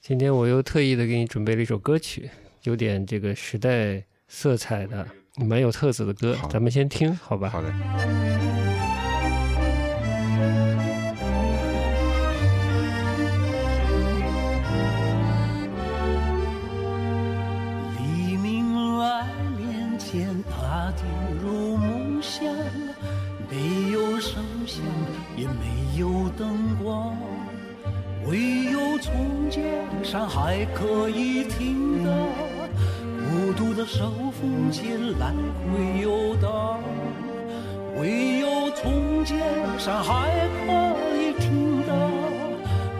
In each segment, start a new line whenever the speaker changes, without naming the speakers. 今天我又特意的给你准备了一首歌曲，有点这个时代色彩的，蛮有特色的歌
好，
咱们先听，好吧？
好的，
黎明来临前，他进入梦乡，没有声响，也没有灯光，唯有从街上还可以听到孤独的手风琴来回游荡，唯有从街上还可以听到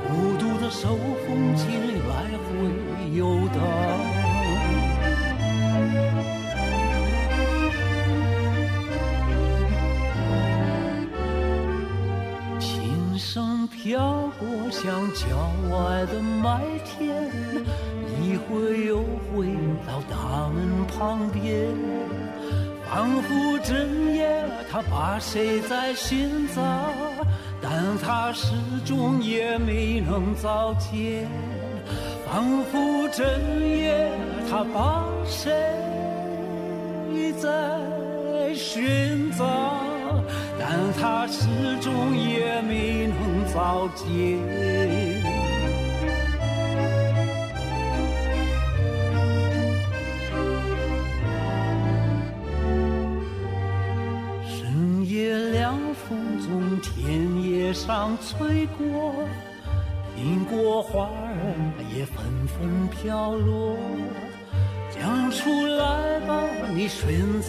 孤独的手风琴来回游荡。琴声飘过，像郊外的麦田，一会又回到大门旁边，仿佛整夜他把谁在寻找，但他始终也没能找见，仿佛整夜他把谁在寻找。但他始终也没能找见。深夜凉风从田野上吹过，苹果花儿也纷纷飘落。讲出来吧，你寻找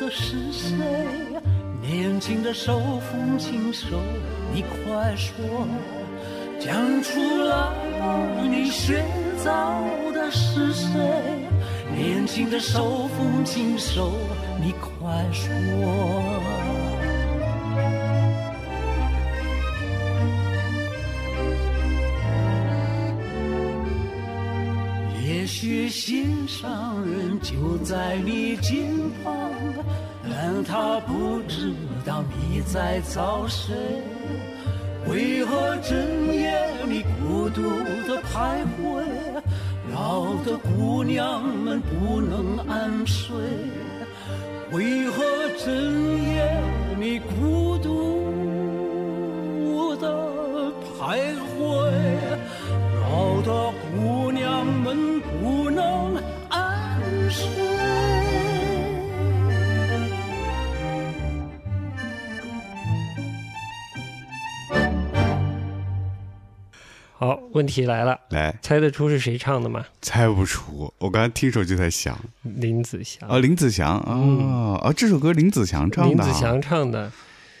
的是谁？年轻的手风琴手，你快说，讲出来吧，你寻找的是谁？年轻的手风琴手，你快说。也许心上人就在你近旁，但他不知道你在找谁。为何整夜你孤独的徘徊？老的姑娘们不能安睡。为何整夜你孤独的徘徊？老的姑娘们不能安睡。
好，问题来了，
来，
猜得出是谁唱的吗？
猜不出，我刚才听首就在想，
林子祥，
啊，林子祥啊，啊，这首歌林子祥唱
嗯林
的啊，
子祥唱的。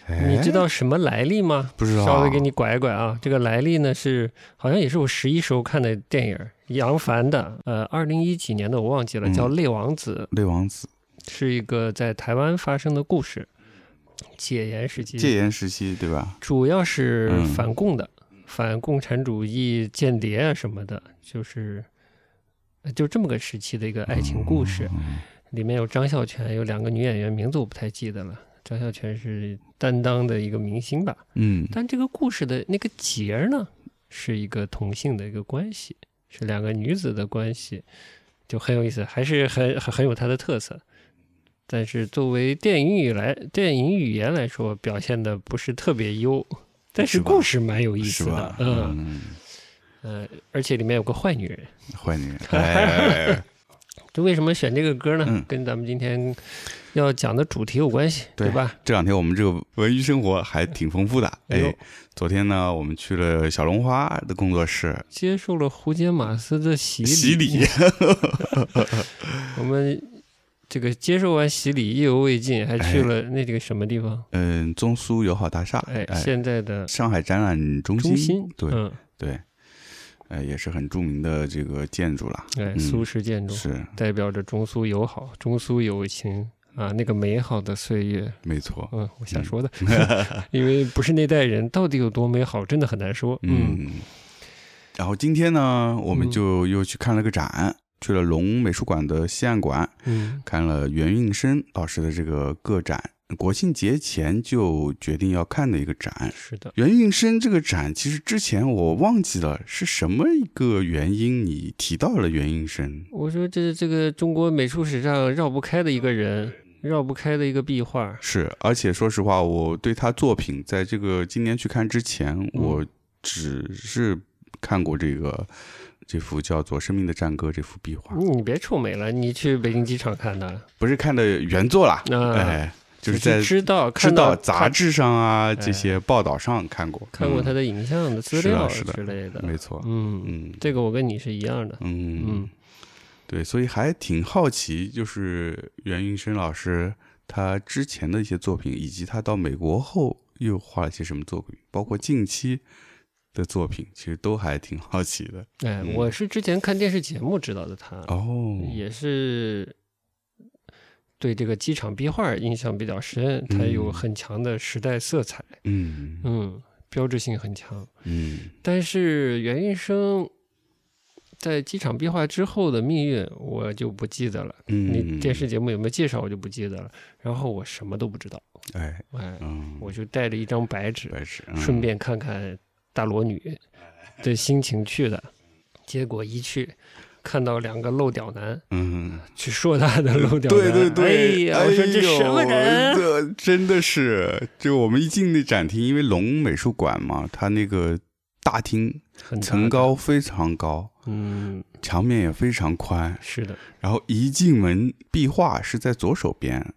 哎，
你知道什么来历吗？
不知道
稍微给你拐一拐啊。这个来历呢是，好像也是我十一时候看的电影，杨凡的，呃，二零一几年的我忘记了，
嗯
叫《泪王子
泪王子》，
是一个在台湾发生的故事，戒严时期，
戒严时期对吧？
主要是
嗯
反共的，反共产主义、间谍啊什么的，就是呃就这么个时期的一个爱情故事。里面有张孝全，有两个女演员，名字我不太记得了。张孝全是担当的一个明星吧，
嗯，
但这个故事的那个结儿呢，是一个同性的一个关系，是两个女子的关系，就很有意思，还是很很很有它的特色。但是作为电影语来电影语言来说，表现的不是特别优，但是
是吧
故事蛮有意
是
思的
吧？，
嗯
嗯，
呃，而且里面有个坏女人。
坏女人，哎哎哎哎
就为什么选这个歌呢？
嗯
跟咱们今天要讲的主题有关系，
对
吧？
这两天我们这个文娱生活还挺丰富的。
哎呦
哎，昨天呢，我们去了小龙花的工作室
接受了胡杰马斯的洗礼，
洗礼，
我们这个接受完洗礼意犹未尽，还
哎
去了那个什么地方？
嗯，中苏友好大厦，
哎，
哎，
现在的
上海展览中
中
心
心，，
对
嗯，
对，哎，也是很著名的这个建筑啦，
哎，
嗯
苏式建筑
是
代表着中苏友好、中苏友情啊，那个美好的岁月。
没错，
嗯，我瞎 说的，因为不是那代人，到底有多美好，真的很难说。嗯，
嗯。然后今天呢，我们
嗯
就又去看了个展，去了龙美术馆的西岸馆，
嗯
看了袁运生老师的这个个展国庆节前就决定要看的一个展。
嗯是的，
袁运生这个展，其实之前我忘记了是什么一个原因，你提到了袁运生。
我说这是这个中国美术史上绕不开的一个人，绕不开的一个壁画。
是，而且说实话，我对他作品在这个今年去看之前，我只是看过这个这幅叫做《生命的战歌》这幅壁画，
你别臭美了，你去北京机场看的，
不是看的原作啦，
啊
哎，就是在
只知道
知
看
道
到
杂
看
志上啊这些报道上看过，
看过他
嗯，
的影像的资
是的
料
是的
之类的。
没错，
嗯，
嗯
这个我跟你是一样的。
嗯
嗯，
对，所以还挺好奇，就是袁云生老师他之前的一些作品，以及他到美国后又画了些什么作品，包括近期的作品，其实都还挺好奇 的。
哎，
嗯
我是之前看电视节目知道的他，
哦，
也是对这个机场壁画印象比较深，它有
嗯
很强的时代色彩，
嗯
嗯，标志性很强。
嗯
但是袁运生在机场壁画之后的命运，我就不记得了。
嗯，
你电视节目有没有介绍，我就不记得了。然后我什么都不知道，
哎，
哎，
嗯，
我就带着一张白纸，
白嗯痴，
顺便看看大裸女
哎
的心情去的。
嗯
结果一去，看到两个露屌男，
嗯，嗯，
去硕大的露屌
对
男。
对对，
哎呀，我说这
呦
什么人？
这真的是，就我们一进那展厅，因为龙美术馆嘛，它那个大厅
很大
层高，非常高。
嗯，
墙面也非常宽，
是的。
然后一进门，壁画是在左手边，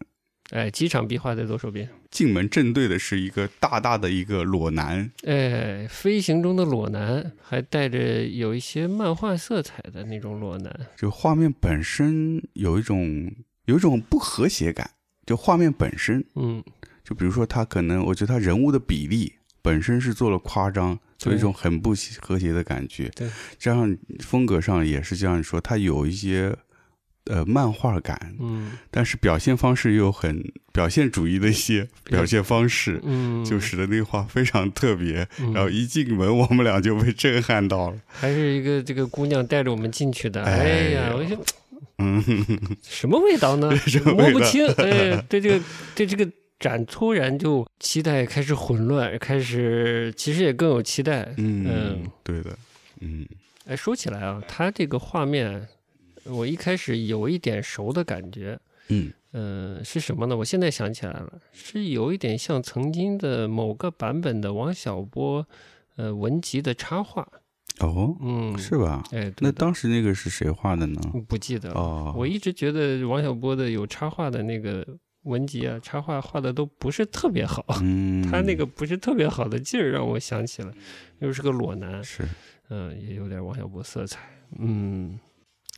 哎，机场壁画在左手边。
进门正对的是一个大大的一个裸男，
哎，飞行中的裸男还带着有一些漫画色彩的那种裸男，
就画面本身有一种有一种不和谐感，就画面本身，
嗯，
就比如说他可能，我觉得他人物的比例本身是做了夸张，做一种很不和谐的感觉，
对，
加上风格上也是这样说，他有一些。呃，漫画感，
嗯
但是表现方式又很表现主义的一些表现方式，
嗯，
就使得那画非常特别。
嗯，
然后一进门，我们俩就被震撼到了。
还是一个这个姑娘带着我们进去的。
哎
哎呀，
呦
我想
嗯，
什么味道呢？
什么
摸
味
不
道
清。哎，对这个对这个展突然就期待开始混乱，开始其实也更有期待。嗯
嗯，对的，嗯
哎，说起来啊，他这个画面，我一开始有一点熟的感觉。
嗯
嗯，是什么呢？我现在想起来了，是有一点像曾经的某个版本的王小波，呃，文集的插画。
哦，
嗯，
是，吧？
哎，对的
那当时那个是谁画的呢？
不记得了。
哦，
我一直觉得王小波的有插画的那个文集啊，插画画的都不是特别好，
嗯，
他那个不是特别好的劲儿让我想起了，又是个裸男，
是
嗯，也有点王小波色彩，嗯，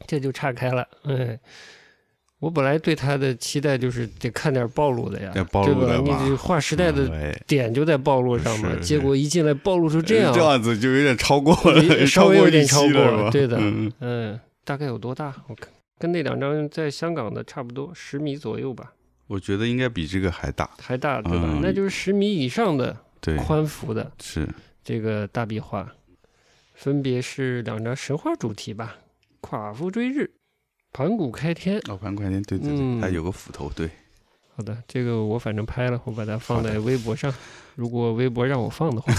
这就岔开了，哎。我本来对他的期待就是得看点暴露的呀，
要暴露的
对吧？
嘛
你这画时代的
哎
点就在暴露上嘛，
是呃
结果一进来暴露出这样，
这样子就有点超过
也
了，
稍微有
过
点
预
超
期了
过
是吧
对的
嗯
嗯，大概有多大？我看跟那两张在香港的差不多，十米左右吧，
我觉得应该比这个还大。
还大对吧？
嗯
那就是十米以上的
对，
宽幅的
是
这个大壁画，分别是两张神话主题吧，《夸父追日》《盘古开天》。
老潘快点，对对
嗯
对，还有个斧头，对，
好的，这个我反正拍了，我把它放
好的
在微博上。如果微博让我放 的话，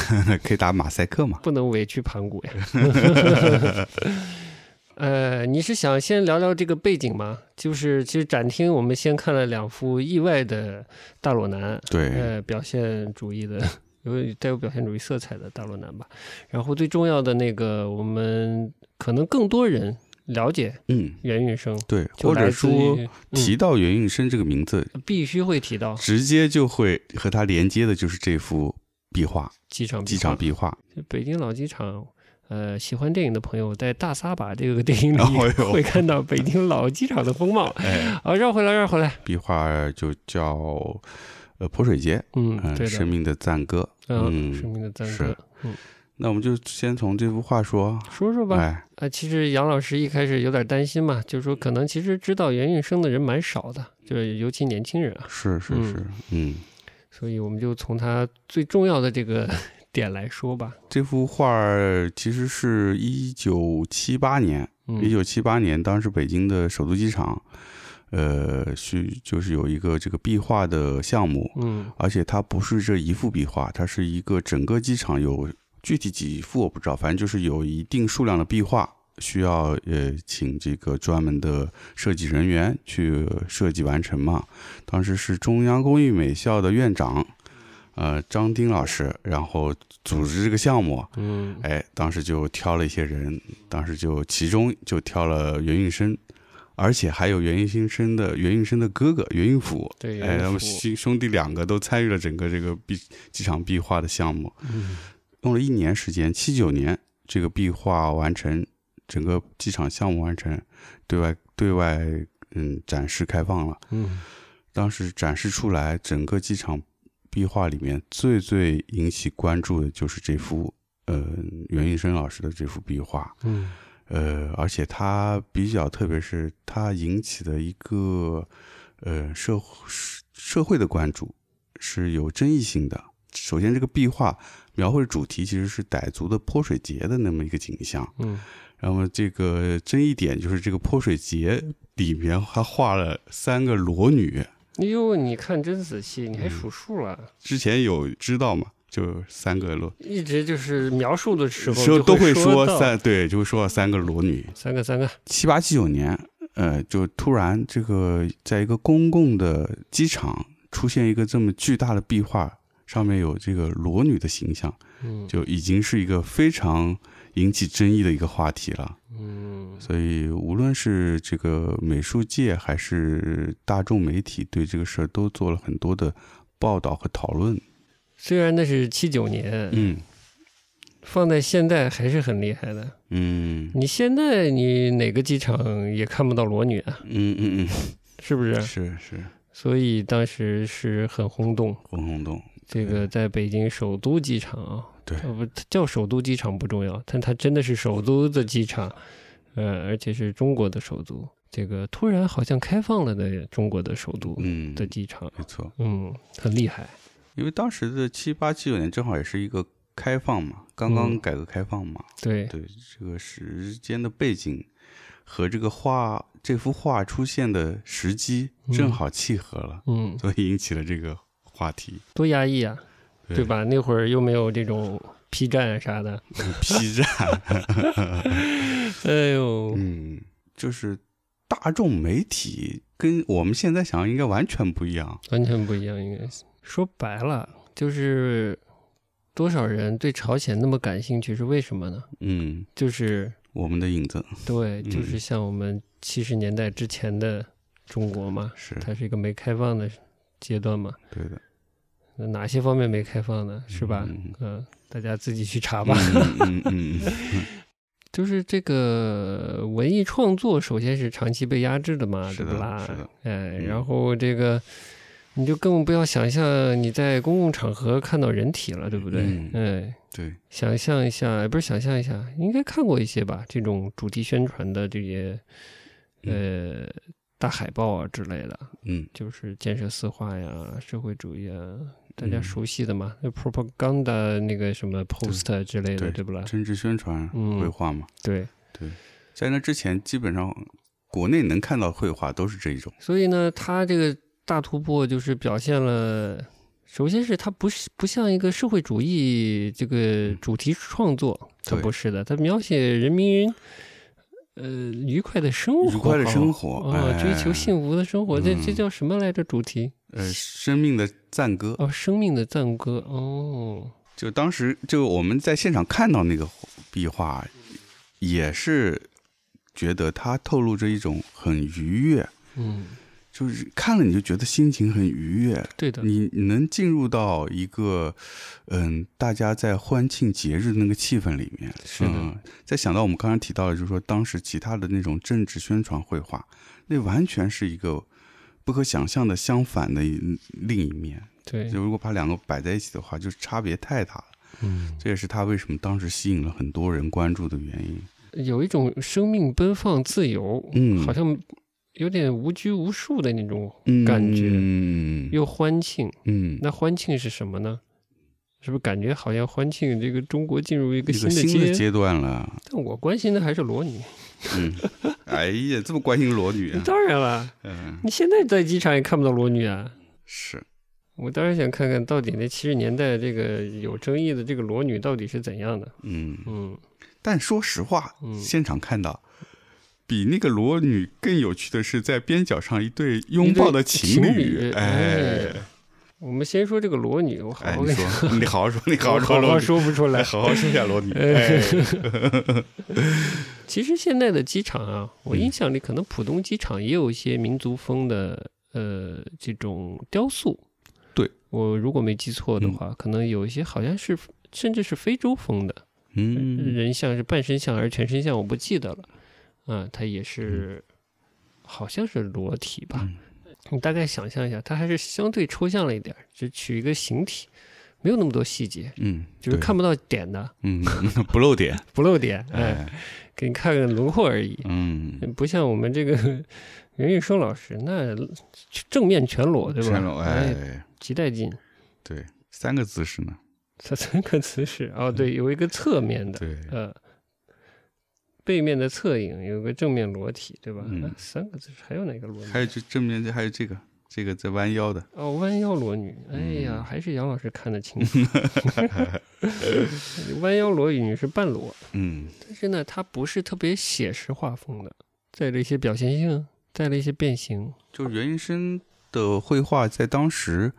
可以打马赛克嘛？
不能委屈盘古 呀。呃，你是想先聊聊这个背景吗？就是其实展厅我们先看了两幅意外的大裸男，
对，
呃，表现主义的， 有带有表现主义色彩的大罗南吧。然后最重要的那个，我们可能更多人了解
嗯，
袁运生，
对，
就
或者
来自
说
于
提到袁运生这个名字，
嗯、必须会提到
直接就会和它连接的就是这幅壁画，
机场
机场
壁
壁画。
画北京老机场。呃，喜欢电影的朋友，在《大撒把》这个电影里、
哎呦
嗯 会看到北京老机场的风貌。
哎，
啊，绕回来，绕回来。
壁画就叫呃泼水节，
嗯，
嗯、
对
生
的，
命的赞歌。
嗯，
嗯，
生命的赞
是
歌。嗯，
那我们就先从这幅画说。
说说吧。
哎，
啊，其实杨老师一开始有点担心嘛，就是说可
嗯
能其实知道袁运生的人蛮少的，就是尤其年轻人啊，
是是
嗯
是，嗯，
所以我们就从他最重要的这个 点来说吧。
这幅画其实是一九七八年，一
嗯
哎九七八年，当时北京的首都机场，呃，需就是有一个这个壁画的项目，
嗯
而且它不是这一幅壁画，它是一个整个机场有具体几幅我不知道，反正就是有一定数量的壁画需要呃请这个专门的设计人员去设计完成嘛。当时是中央工艺美校的院长，呃张丁老师，然后组织这个项目，
嗯
哎，当时就挑了一些人，当时就其中就挑了袁运生，而且还有袁运生的袁运生的哥哥袁运甫，
对
哎，
袁运
他们
甫
兄兄弟两个都参与了整个这个壁机场壁画的项目，
嗯
用了一年时间，七九年这个壁画完成，整个机场项目完成，对外对外嗯展示开放了。
嗯
当时展示出来整个机场壁画里面最最引起关注的就是这幅，呃，袁运生老师的这幅壁画，
嗯
呃，而且它比较特别是它引起的一个呃社社社会的关注是有争议性的。首先，这个壁画描绘的主题其实是傣族的泼水节的那么一个景象，
嗯
然后这个争议点就是这个泼水节里面还画了三个裸女，
哎呦，你看真仔细，
嗯
你还数数了，
之前有知道嘛，就三个裸，
一直就是描述的时候
时候
就
都会
说
说
到
三，对，就会说到三个裸女。
三个三个，
七八七九年，呃，就突然这个在一个公共的机场出现一个这么巨大的壁画，上面有这个裸女的形象，
嗯
就已经是一个非常引起争议的一个话题了。
嗯
所以，无论是这个美术界还是大众媒体，对这个事儿都做了很多的报道和讨论。
虽然那是七九年，
嗯
放在现在还是很厉害的。
嗯
你现在你哪个机场也看不到裸女啊，
嗯嗯嗯。
是不是？
是是，
所以当时是很轰动。
红红洞，
这个在北京首都机场啊，
对
呃不它叫首都机场不重要，但它真的是首都的机场，呃，而且是中国的首都。这个突然好像开放了的中国的首都
嗯，
的机场，
没错，
嗯，很厉害，
因为当时的七八七九年正好也是一个开放嘛，刚刚
嗯
改革开放嘛，
对，
对这个时间的背景和这个画这幅画出现的时机正好契合了，
嗯，
所以引起了这个话题，
多压抑啊，
对
对吧？那会儿又没有这种 P 站啊啥的，
？P 站，
哎呦，
嗯，就是大众媒体跟我们现在想的应该完全不一样，
完全不一样，应该是。说白了，就是多少人对朝鲜那么感兴趣是为什么呢？
嗯，
就是
我们的影子
对，就是
嗯
像我们七十年代之前的中国嘛，
是
它是一个没开放的阶段嘛。
对的，
那哪些方面没开放呢？是吧？
嗯
嗯，大家自己去查吧。
嗯嗯嗯嗯，
就是这个文艺创作，首先是长期被压制的嘛，
是
对
的
不啦
是的？
哎，
嗯
然后这个你就更不要想象你在公共场合看到人体了，对不对？
嗯
哎，
对，
想象一下，哎不是想象一下，应该看过一些吧？这种主题宣传的这些，呃，大海报啊之类的，
嗯
就是建设四化呀、社会主义啊，大家
嗯
熟悉的嘛，那 propaganda 那个什么 post 啊之类的，
对
对不啦？
政治宣传
嗯
绘画嘛，
对，
在那之前，基本上国内能看到绘画都是这一种。
所以呢，他这个大突破就是表现了。首先是它不是不像一个社会主义这个主题创作，它
嗯对
不是的，它描写人民呃愉快的生活，
愉快的生
活
活哎
啊，哦追求幸
福，
福的生活，这这
嗯
叫什么来着？主题
呃，生命的赞歌。
哦，生命的赞歌哦，
就当时就我们在现场看到那个壁画，也是觉得它透露着一种很愉悦，
嗯，
就是看了你就觉得心情很愉悦，
对的，
你你能进入到一个，嗯，大家在欢庆节日的那个气氛里面。
是的
嗯再想到我们刚才提到的，就是说当时其他的那种政治宣传绘画，那完全是一个不可想象的相反的一另一面。
对，
就如果把两个摆在一起的话，就差别太大了。
嗯，
这也是他为什么当时吸引了很多人关注的原因。
有一种生命奔放、自由，
嗯
好像有点无拘无束的那种，
嗯，
感觉
嗯
又欢庆。
嗯，
那欢庆是什么呢？是不是感觉好像欢庆这个中国进入一个
一
新
个
的
新的
阶？
阶段了。
但我关心的还是裸女，
嗯， 哎呀，这么关心裸女啊？
当然了，
嗯，
你现在在机场也看不到裸女啊。
是，
我当然想看看到底那七十年代这个有争议的这个裸女到底是怎样的。
嗯，
嗯，
但说实话，
嗯
现场看到。比那个裸女更有趣的是，在边角上一对拥抱的情
一对情侣
哎，
我们先说这个裸女，我好
哎，
好
你
跟你
说，你好好说，你好
我
说
好
裸
好
女，
说不出
哎
来。
好好说一下裸女，哎，
其实现在的机场啊，
嗯
我印象里可能浦东机场也有一些民族风的呃这种雕塑。
对，
我如果没记错的话，可能有一些好像是甚至是非洲风的，
嗯，
人像是半身像还是全身像，我不记得了。啊，它也是好像是裸体吧？
嗯
你大概想象一下，它还是相对抽象了一点儿，只取一个形体，没有那么多细节，
嗯，
就是
对
看不到点的，
嗯，不露点，
不露点，哎，
哎，
给你看看轮廓而已。
嗯，
不像我们这个袁玉生老师，那正面全裸，对吧？
全裸，
哎，
哎，
极带劲。
对，三个姿势呢，
它三个姿势哦，对，有一个侧面的，
对，
呃，背面的侧影，有个正面裸体，对吧？
嗯
啊三个姿势，还有哪个裸
还
女？
有就正面，还有这个，这个在弯腰的，
哦，弯腰裸女。哎呀，
嗯
还是杨老师看得 清楚。弯腰裸女是半裸，
嗯，
但是呢，它不是特别写实画风的，带了一些表现性，带了一些变形。
就袁医生的绘画在当时，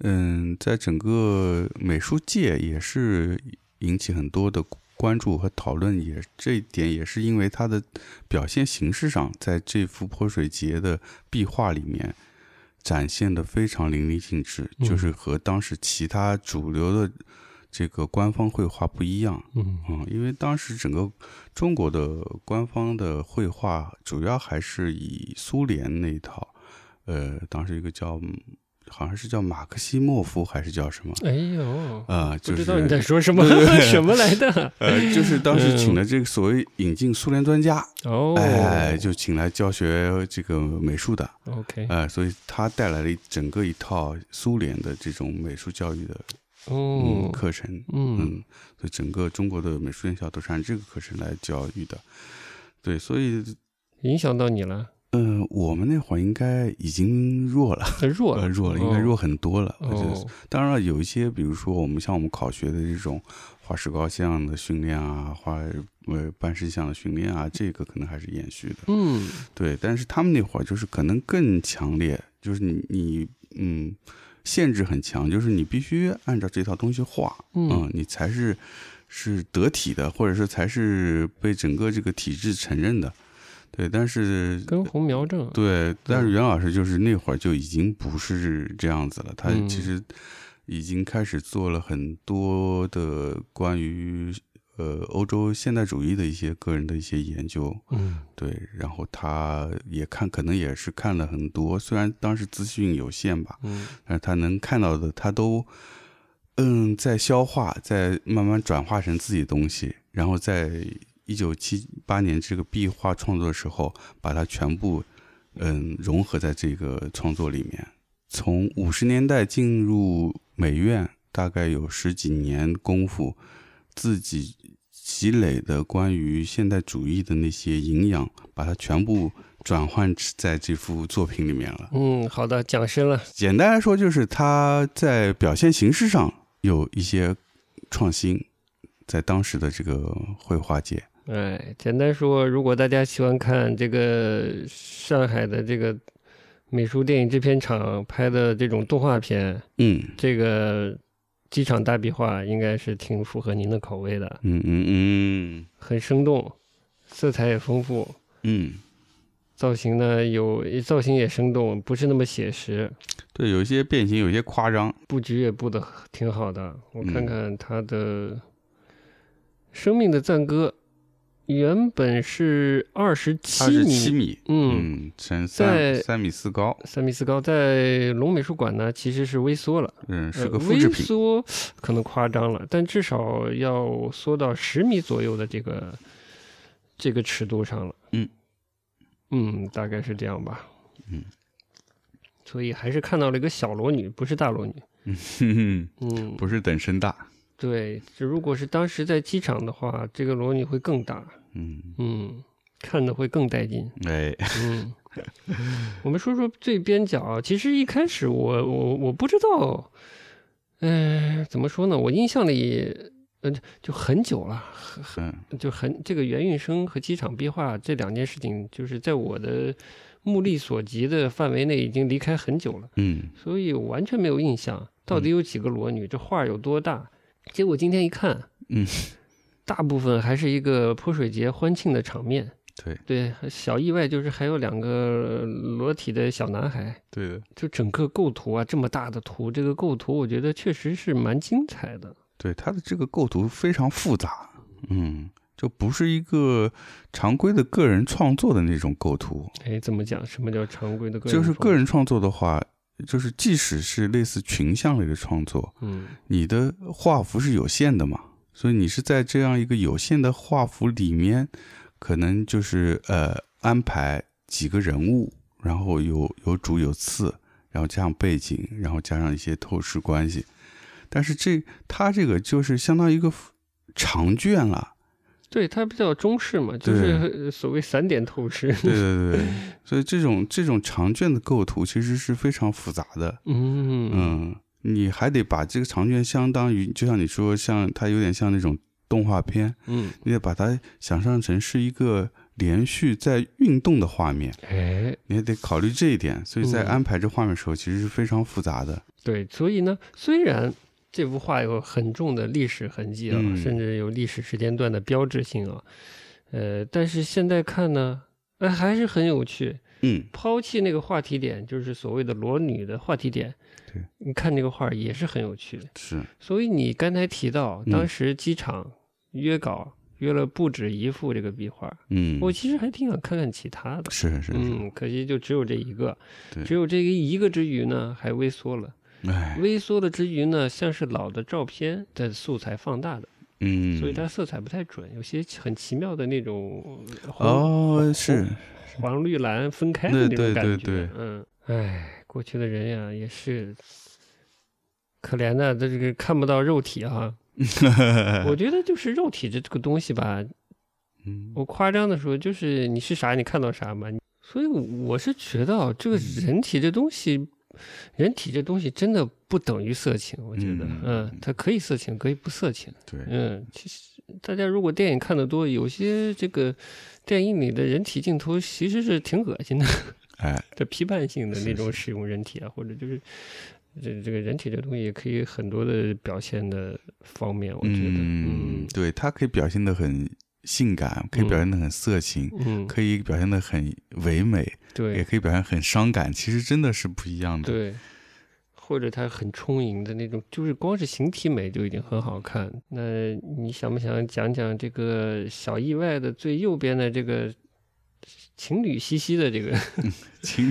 嗯，在整个美术界也是引起很多的关注和讨论，也这一点也是因为他的表现形式上，在这幅泼水节的壁画里面。展现的非常淋漓尽致，
嗯
就是和当时其他主流的这个官方绘画不一样。
嗯
嗯，因为当时整个中国的官方的绘画主要还是以苏联那一套，呃，当时一个叫好像是叫马克西莫夫还是叫什么，
哎呦，
啊，
不
就
知
是
道你在说什么 什么来的。
呃，就是当时请了这个所谓引进苏联专家，
嗯哦，
哎，就请来教学这个美术的，
OK，
呃，所以他带来了一整个一套苏联的这种美术教育的嗯
哦，
课程，
嗯
嗯，所以整个中国的美术院校都是按这个课程来教育的。对，所以，
影响到你 了，
嗯、我们那会儿应该已经弱了，
很弱
呃，
了，
弱了，应该弱很多了。我觉得
哦，，
当然了，有一些，比如说我们像我们考学的这种画石膏像的训练啊，画呃半身像的训练啊，这个可能还是延续的。
嗯，
对，但是他们那会儿就是可能更强烈，就是你你嗯，限制很强，就是你必须按照这套东西画，
嗯
你才是是得体的，或者说才是被整个这个体制承认的。对，但是
跟嗯红苗正，
对，但是袁老师就是那会儿就已经不是这样子了，他
嗯
其实已经开始做了很多的关于呃欧洲现代主义的一些个人的一些研究。
嗯
对，然后他也看，可能也是看了很多，虽然当时资讯有限吧，
嗯
但是他能看到的，他都嗯在消化，在慢慢转化成自己的东西，然后在一九七八年这个壁画创作的时候，把它全部嗯融合在这个创作里面。从五十年代进入美院，大概有十几年功夫，自己积累的关于现代主义的那些营养，把它全部转换在这幅作品里面了。
嗯，好的，讲深了，
简单来说，就是他在表现形式上有一些创新，在当时的这个绘画界，
哎，简单说，如果大家喜欢看这个上海的这个美术电影制片厂拍的这种动画片，
嗯
这个机场大壁画应该是挺符合您的口味的，
嗯嗯
很生动，色彩也丰富，
嗯嗯，
造型呢有造型也生动，不是那么写实，
对，有一些变形，有一些夸张，
布局也布的挺好的。我看
嗯
看他的《生命的赞歌》，原本是二十七
二十七
米，
米，
嗯，
嗯，乘
在
三三米四高，
三米四高，在龙美术馆呢其实是微缩了，
嗯，是
呃
个复
微
制品，
缩可能夸张了，但至少要缩到十米左右的这个这个尺度上了。
嗯
嗯，大概是这样吧。
嗯，
所以还是看到了一个小裸女，不是大裸女。嗯，
不是等身大，
对，这如果是当时在机场的话，这个裸女会更大。
嗯，
嗯，看的会更带劲。
哎，
嗯，我们说说最边角。啊其实一开始我我我不知道，嗯、怎么说呢？我印象里，呃，就很久了，很
嗯
很就很这个袁运生和机场壁画这两件事情，就是在我的目力所及的范围内已经离开很久了，
嗯
所以我完全没有印象，到底有几个裸女，这画有多大？结果今天一看，
嗯，
大部分还是一个泼水节欢庆的场面。
对
对，小意外就是还有两个裸体的小男孩，
对的
就整个构图啊，这么大的图，这个构图我觉得确实是蛮精彩的。
对，它的这个构图非常复杂，嗯，就不是一个常规的个人创作的那种构图，
哎，怎么讲？什么叫常规的个人？
就是个，人创作的话，就是即使是类似群像类的创作，
嗯，
你的画幅是有限的嘛，所以你是在这样一个有限的画幅里面，可能就是呃安排几个人物，然后有有主有次，然后加上背景，然后加上一些透视关系，但是这它这个就是相当于一个长 卷了，
对，它比较中式嘛，就是呃所谓散点透 视。
对对 对，所以这种这种长卷的构图其实是非常复杂的，
嗯
嗯，你还得把这个长卷相当于，就像你说，像它有点像那种动画片，
嗯，
你得把它想象成是一个连续在运动的画面，
哎，
你还得考虑这一点。所以在
嗯
安排这画面的时候，其实是非常复杂的。
对，所以呢，虽然这幅画有很重的历史痕迹啊，
嗯
甚至有历史时间段的标志性啊，呃，但是现在看呢，哎，还是很有趣。
嗯，
抛弃那个话题点，就是所谓的裸女的话题点。
对，
你看这个画儿也是很有趣的。
是，
所以你刚才提到，
嗯
当时机场约稿、约了不止一幅这个壁画，
嗯，
我其实还挺想看看其他的。
是是是，
嗯，可惜就只有这一个
对，
只有这个一个之余呢，还微缩了。
哎，
微缩的之余呢，像是老的照片的素材放大的，
嗯，
所以它色彩不太准，有些很奇妙的那种红、
哦，是，
黄绿蓝分开的那种
对对
感觉。
对对
嗯，哎，过去的人呀、也是可怜的，这个看不到肉体 啊。我觉得就是肉体这这个东西吧，
嗯
我夸张的说，就是你是啥，你看到啥嘛。所以我是觉得啊这个
嗯
人体这东西，人体这东西真的不等于色情，我觉得，
嗯
嗯，它可以色情，可以不色情，
对，
嗯，其实大家如果电影看得多，有些这个电影里的人体镜头其实是挺恶心的，
哎，
这批判性的那
是
种
是
使用人体啊，或者就是这这个人体这东西也可以很多的表现的方面，我觉得，
嗯
嗯，
对，它可以表现的很性感，可以表现的很色情，
嗯，
可以表现的很唯美，也
对
可以表现很伤感，其实真的是不一样的。
对，或者它很充盈的那种，就是光是形体美就已经很好看。那你想不想讲讲这个小意外的最右边的这个情侣西西的这个？
情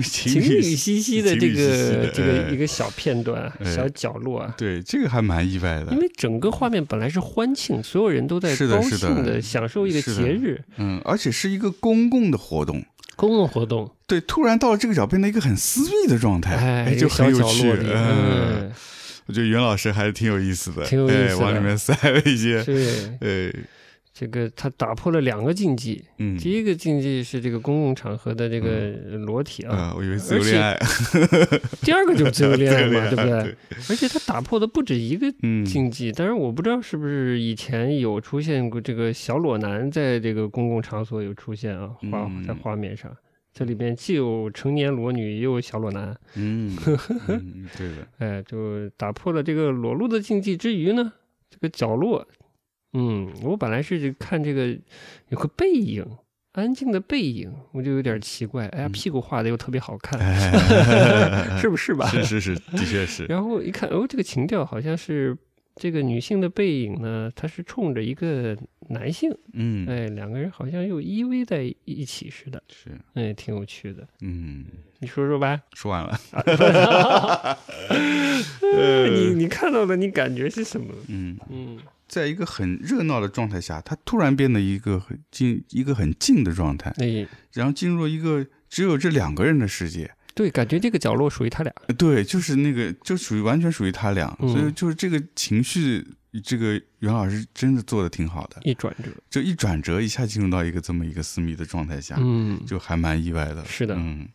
情
情
侣
侣西西的
情
这
侣兮兮
个
的
这个
哎
一个小片段、
哎
小角落啊。
对这个还蛮意外的
因。为整个画面本来是欢庆，所有人都在
是的
高
是的
兴的享受一个
是的
节日
嗯，而且是一个公共的活动，
公共活动，
对，突然到了这个角变成一个很私密的状态，
哎，一
就
个小
很有
角
趣
落。里，
嗯，
嗯，
我觉得袁老师还是挺有意思的，
挺有意思的
哎往里面塞了一些，
对，
呃，
嗯这个他打破了两个禁忌，
嗯，
第一个禁忌是这个公共场合的这个裸体啊，
啊，我以为自由恋爱，嗯
第二个就是自由恋爱嘛， 对
自由
不
恋爱
对？而且他打破的不止一个
嗯，
禁忌，但是我不知道是不是以前有出现过这个小裸男在这个公共场所有出现啊，画
嗯
在画面上，这里边既有成年裸女，也有小裸男，
嗯，嗯对的，
哎，就打破了这个裸露的禁忌之余呢，这个角落，嗯，我本来是看这个有个背影，安静的背影，我就有点奇怪，哎呀，
嗯
屁股画的又特别好看，
哎
是不是吧？
是是是，的确是，
然后一看，哦，这个情调好像是这个女性的背影呢，她是冲着一个男性，
嗯，
哎，两个人好像又依偎在一起似的，
是，
哎，挺有趣的。
嗯，
你说说吧，
说完了，呃
你你看到的，你感觉是什么？
嗯。
嗯
在一个很热闹的状态下，它突然变得一个很静、一个很静的状态，
哎，
然后进入一个只有这两个人的世界。
对，感觉这个角落属于他俩。
呃对，就是那个，就属于完全属于他俩，
嗯
所以就是这个情绪这个袁老师真的做的挺好的，
一转折，
就一转折一下进入到一个这么一个私密的状态下，
嗯，
啊就还蛮意外的。
是的
嗯，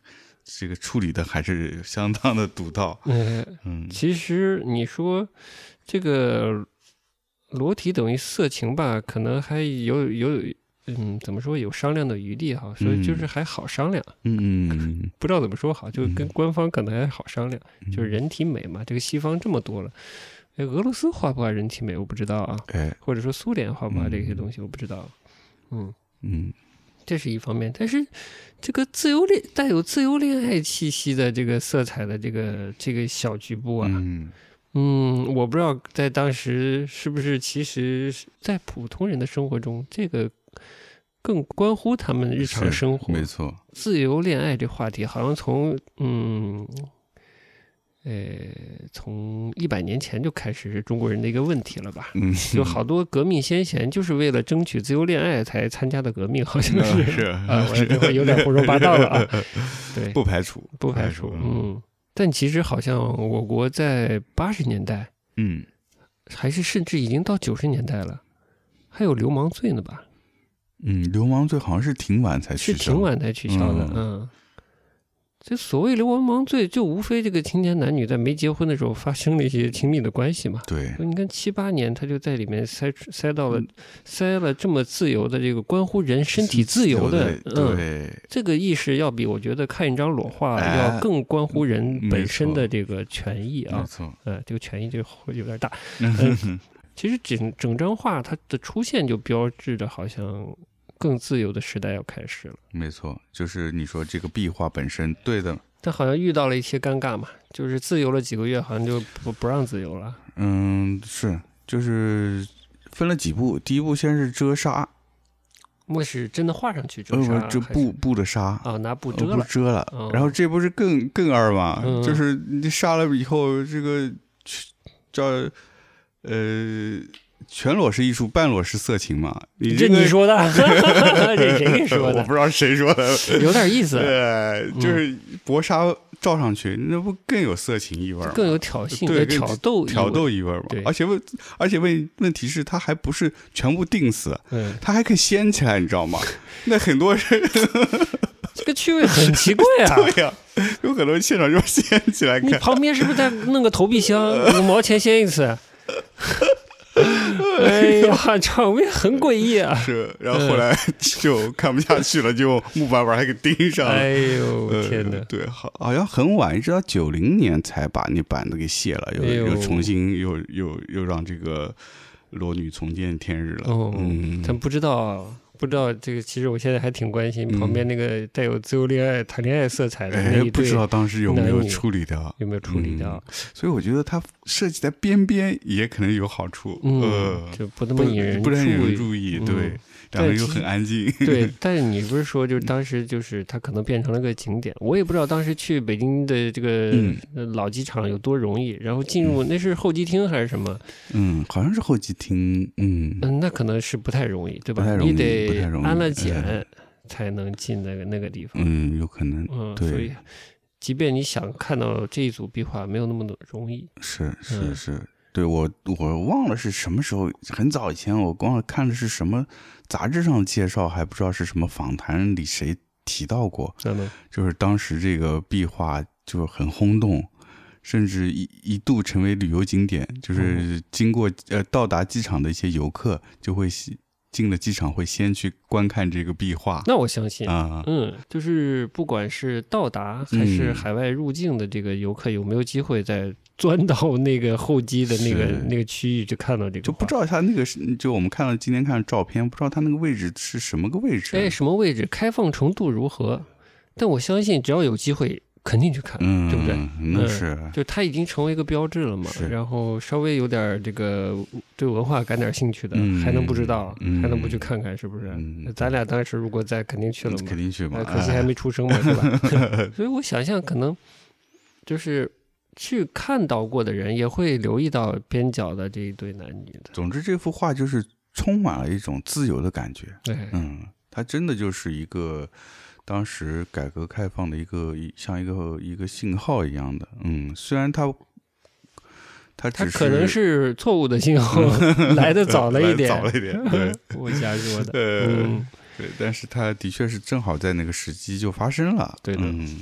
这个处理的还是相当的独到。
呃，
嗯，
其实你说这个裸体等于色情吧，可能还有有嗯，怎么说有商量的余地哈，所以就是还好商量，
嗯嗯
不知道怎么说好，就跟
嗯
官方可能还好商量，
嗯，
就是人体美嘛，这个西方这么多了，哎，俄罗斯画不画人体美我不知道啊，
哎，
或者说苏联画不画这些
嗯
东西我不知道，嗯，
嗯
这是一方面，但是这个自由恋带有自由恋爱气息的这个色彩的这个这个小局部啊，
嗯
嗯，我不知道在当时是不是，其实是在普通人的生活中，这个更关乎他们日常
是
生活
没。错，
自由恋爱这话题，好像从嗯，呃，从一百年前就开始是中国人的一个问题了吧？
嗯，
就好多革命先贤就是为了争取自由恋爱才参加的革命，好像是
嗯是
啊，我这会有点胡说八道了啊。对，
不排除，
不排除，嗯。但其实好像我国在八十年代，
嗯，
还是甚至已经到九十年代了，还有流氓罪呢吧？
嗯，流氓罪好像是挺晚才
是
取消，
挺，晚才取消的
嗯。
嗯，这所谓流氓罪，就无非这个青年男女在没结婚的时候发生了一些亲密的关系嘛。
对，
你看七八年，他就在里面塞出塞到了塞了这么自由的这个关乎人身体自由的，嗯，
对，
这个意识要比我觉得看一张裸画
哎
要更关乎人
没
本身
错嗯
的这个权益啊
没。错，
呃，这个权益就会有 点大。嗯，其实整整张画它的出现就标志着好像更自由的时代要开始了，
没错，就是你说这个壁画本身，对的，
但好像遇到了一些尴尬嘛，就是自由了几个月，好像就不不让自由了。
嗯，是，就是分了几步，第一步先是遮纱，
那是真的画上去
呃，
遮
不
纱
是
还是，
遮布布的纱，
啊，拿布
呃
遮
布
了，
遮了
哦，
然后这不是更更二吗？
嗯
就是你杀了以后，这个去叫呃全裸是艺术，半裸是色情嘛？你
这
个
你说的， 这谁给你说
我
的
不？知道谁说的，
有点意思，
对，就是
嗯
薄纱罩上去，那不更有色情意味儿吗？
更有挑衅
对
和挑
更
逗意味
挑，逗意味儿嘛
对？
而且问，而且问问题是，它还不是全部定死，
嗯，
它还可以掀起来，你知道吗？那很多人
这个趣味很奇怪啊。
对呀、有很多现场就掀起来
你
看。
旁边是不是再弄个投币箱，五毛钱掀一次？ 哎呀，场面很诡异 啊！
是，然后后来 就看不下去了，就用木板把它给钉上了。
哎呦
呃，
天哪！
对，好，好像很晚，一直到九零年才把那板子给卸了，又、
哎呦
又重新又又又让这个裸女重见天日了。
哦
嗯，
咱不知道，不知道这个，其实我现在还挺关心
嗯
旁边那个带有自由恋爱、谈恋爱色彩的那
哎
一，
不
对
知，道当时有没有
男女
处理掉，
有没有处理掉？
所以我觉得它设计在边边也可能有好处。
嗯
呃，，
就不那
不
么引人
不能引人
注意。
注意，
嗯
对，
但
两个人又
其
很 安静。
对，但是你不是说，就是当时就是它可能变成了个景点，我也不知道当时去北京的这个
嗯
呃老机场有多容易，然后进入那是候机厅还是什么？
嗯，好像是后期听，嗯，
嗯，那可能是不太容易，对吧？
不太容易
你
不
得
太容易哎
安了检才能进那个那个地方。
嗯，有可能
嗯，
对
所以即便你想看到这一组壁画，没有那么的容易。
是是
嗯
是，对我我忘了是什么时候，很早以前我忘了看的是什么杂志上介绍，还不知道是什么访谈里谁提到过，
那么，
就是当时这个壁画就是很轰动。甚至一一度成为旅游景点，就是
哦
经过呃到达机场的一些游客，就会先进了机场会先去观看这个壁画
那我相信，
啊，
嗯，就是不管是到达还是
嗯
海外入境的这个游客，有没有机会再 钻到那个候机的那个
是
那个区域去看到这个？
就不知。道它那个是，就我们看到今天看的照片，不知道它那个位置是什么个位置。啊
哎，什么位置？开放程度如何？但我相信，只要有机会，肯定去看，
嗯，
对不对？？
那
嗯
是，
就它已经成为一个标志了嘛
是。
然后稍微有点儿这个对文化感点儿兴趣的，
嗯
还能不知道，
嗯
还能不去看看是不是？
嗯
咱俩当时如果在，肯定去了嘛。
肯定去嘛
哎，可惜还没出生嘛，是 吧？所以我想象可能就是去看到过的人，也会留意到边角的这一对男女的。
总之，这幅画就是充满了一种自由的感觉。
对，
嗯，它真的就是一个当时改革开放的一个一像一个一个信号一样的。嗯，虽然它他
他
只
可能是错误的信 号来的早了一点，
早了一点，对
我瞎说的。
呃
嗯，
对，但是他的确是正好在那个时机就发生了，
对的
嗯，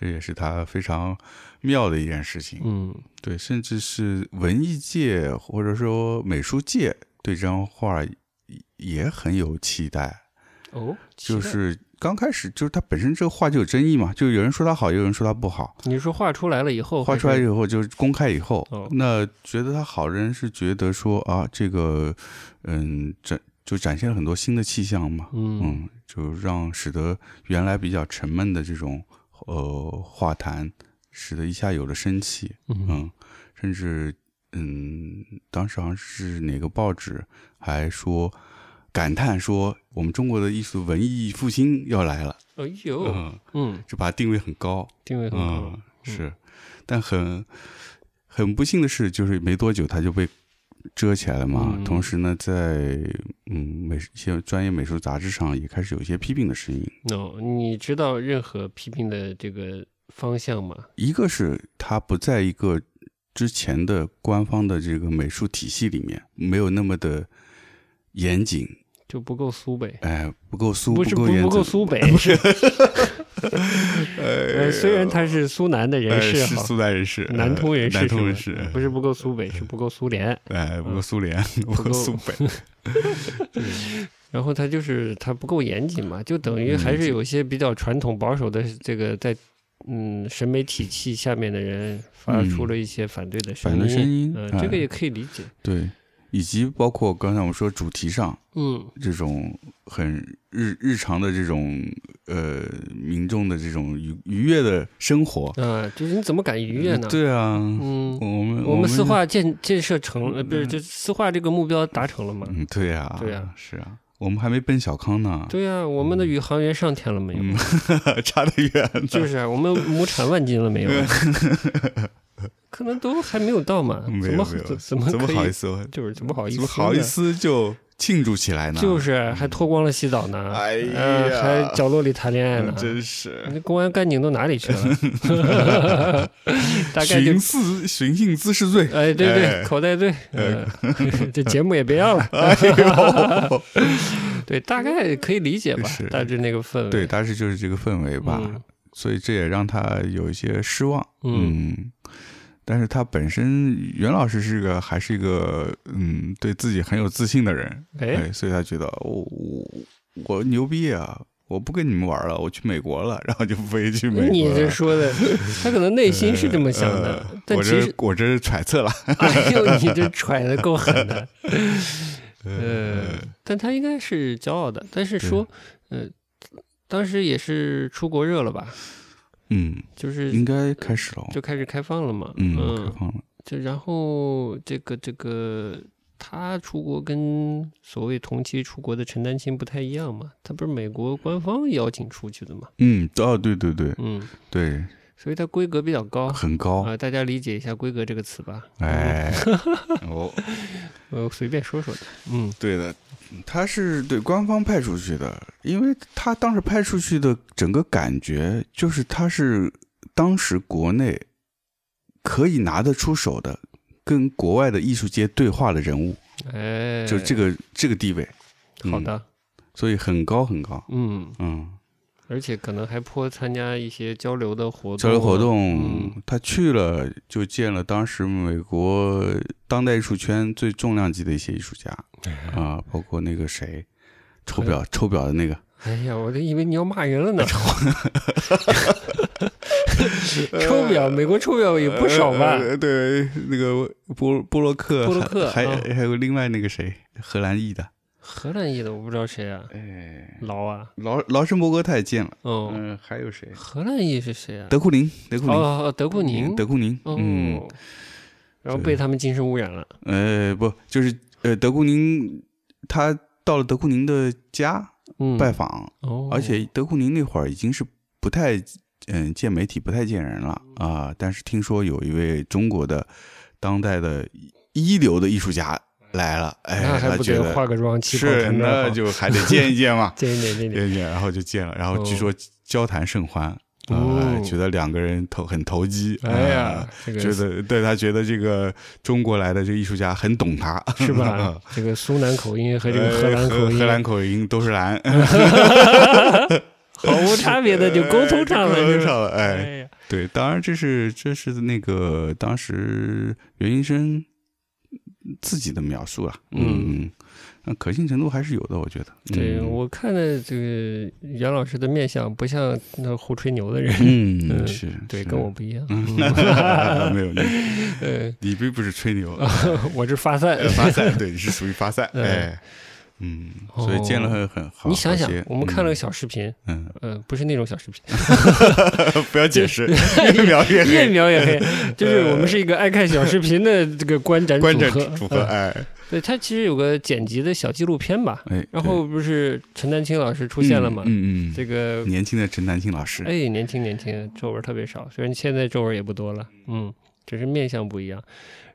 这也是他非常妙的一件事情，
嗯，
对，甚至是文艺界或者说美术界对这张画也很有期待，
哦，期
就
待
是刚开始就是他本身这个画就有争议嘛，就有人说他好，也有人说他不好，
你说画出来了以后，
画出来以后就是公开以后，
哦
那觉得他好的人是觉得说啊，这个嗯展就展现了很多新的气象嘛，
嗯，
嗯，就让使得原来比较沉闷的这种呃画坛，使得一下有了生气，
嗯
嗯，甚至嗯，当时好像是哪个报纸还说感叹说我们中国的艺术文艺复兴要来了，
哎呦，
嗯，
嗯，
就把它定位很高，
定位很高
嗯，，是，但很很不幸的是，就是没多久它就被遮起来了嘛。
嗯
同时呢，在嗯美一些专业美术杂志上也开始有一些批评的声音。
no，你知道任何批评的这个方向吗？
一个是它不在一个之前的官方的这个美术体系里面，没有那么的严谨，
就不够苏北，
哎，不够苏，
不是
够严
不够
谨。
苏 北，不是。呃，虽然他是苏南的人
哎
士
是
哈，
苏南人士，
南通人士
南
是
通
吧
人士，哎
不是不够苏北，是不够苏联。
哎，不够苏联，不
不
够
够
苏北，
然后他就是他不够严谨嘛，就等于
嗯
还是
这
有一些比较传统保守的这个在嗯审美体系下面的人发
嗯
出了一些反对的声
反对声音
嗯，
哎
这个也可以理解。
对，以及包括刚才我们说主题上
嗯
这种很日日常的这种呃民众的这种愉愉悦的生活，
啊，就是你怎么敢逾越呢？
对啊，
嗯，
我们
我们
们
四化建建设成呃，不是就四化这个目标达成了吗？
嗯，对啊，
对啊
是啊，我们还没奔小康呢，
对呀、我们的宇航员上天了没有？
嗯， 差得远呢，
就是啊，我们亩产万斤了没有？ 可能都还没有到嘛，
没
呃怎
有
么
没有，
怎
怎
么可
好意
以？
思哦，
就是怎么好意
怎
思
么
呢？
好意思就庆祝起来呢？嗯
就是啊还脱光了洗澡呢，
哎呀
呃还角落里谈恋爱呢
嗯，，真是
那公安干警都哪里去 了？大概就
寻衅寻衅滋事罪，
哎，对对，
哎啊
口袋队，呃，这节目也别 要了。
哎
对，大概可以理解吧
是，
大致那个氛围。
对，当时就是这个氛围吧，
嗯
所以这也让他有一些失望。
嗯
但是他本身袁老师是个还是一个嗯对自己很有自信的人，
哎
所以他觉得我我我牛逼啊，我不跟你们玩了，我去美国了，然后就飞去美国了。啊
你这说 的，他可能内心是这么想的
呃，
但
我
其
这
实，
我这是揣测了，
哎呦，你这揣的够狠的。 呃，但他应该是骄傲的，但是说，呃，当时也是出国热了吧，
嗯，
就是
应该开始了，
就开始开放了嘛，
嗯，开放了，
就然后这个这个他出国跟所谓同期出国的陈丹青不太一样嘛，他不是美国官方邀请出去的嘛，
嗯，哦，对对对
嗯，
对，
所以他规格比较高啊、
很高，
大家理解一下“规格”这个词吧，
哎， 哦。
呃，随便说说的，嗯
对的，他是对官方派出去的，因为他当时派出去的整个感觉就是他是当时国内可以拿得出手的，跟国外的艺术界对话的人物，
哎，
就这个这个地位，嗯
好的，
所以很高很高。
嗯，
嗯，
而且可能还颇参加一些交流的活动啊，
交流活动
嗯，
他去了就见了当时美国当代艺术圈最重量级的一些艺术家啊，包括那个谁，抽表抽表的那个。
哎呀，我都以为你要骂人了 呢。臭表，美国臭表也不少吧？
呃呃对，那个波波洛克，
波洛克
还
啊
还还有另外那个谁，荷兰裔的，
荷兰裔的我不知道谁啊，
哎，
劳啊，
劳劳申伯格他也见了，
哦，
嗯，还有谁？
荷兰裔是谁啊？
德库宁，德库
哦
宁，
哦，哦德库宁，
德库宁，嗯，
哦，然后被他们精神污染了，
呃，不，就是呃，德库宁，他到了德库宁的家
嗯，
拜访，
哦，
而且德库宁那会儿已经是不太嗯见媒体，不太见人了
嗯
啊、但是听说有一位中国的当代的一流的艺术家来了，哎，
那还
他
不
觉
得
得
化个妆，气泡
是，
腾
那
腾
就还得见一见嘛
，见一见见一哦
见一见，然后就见了，然后据说交谈甚欢，啊，
嗯
觉得两个人投很投机，
哎呀
啊，
这个
觉得对他觉得这个中国来的这个艺术家很懂他，
是 吧？这个苏南口音和这个
呃
荷兰口
荷荷兰
音
口音都是蓝，
毫无差别的就沟通上了，
哎沟
就
通
是
上了，哎，
哎呀，
对，当然这是这是那个当时袁医生自己的描述啊，
嗯
嗯，那可信程度还是有的，我觉得。
对
嗯
我看的这个袁老师的面相不像那胡吹牛的人，
嗯
嗯
是，
对，
是嗯
跟我不一样。
没有你，
呃，
你并不是 吹牛，
我这发散。
呃发散，对，你是属于发散，
哎 嗯哦
哎，嗯，所以见了很很好。
你想想
好些，
我们看了个
嗯
小视频，
嗯，
呃，不是那种小 视频，
不要解释， 越描越
越
黑，
描越 黑。就是我们是一个爱看小视频的这个观展
哎观战
合。
组合，
嗯
哎
对，它其实有个剪辑的小纪录片吧。
哎，
然后不是陈丹青老师出
出
现了嘛？
嗯嗯，
这个
年轻的陈丹青老师，
哎，年轻年轻，皱纹特别少，虽然现在皱纹也不多了，嗯，只是面相不一样。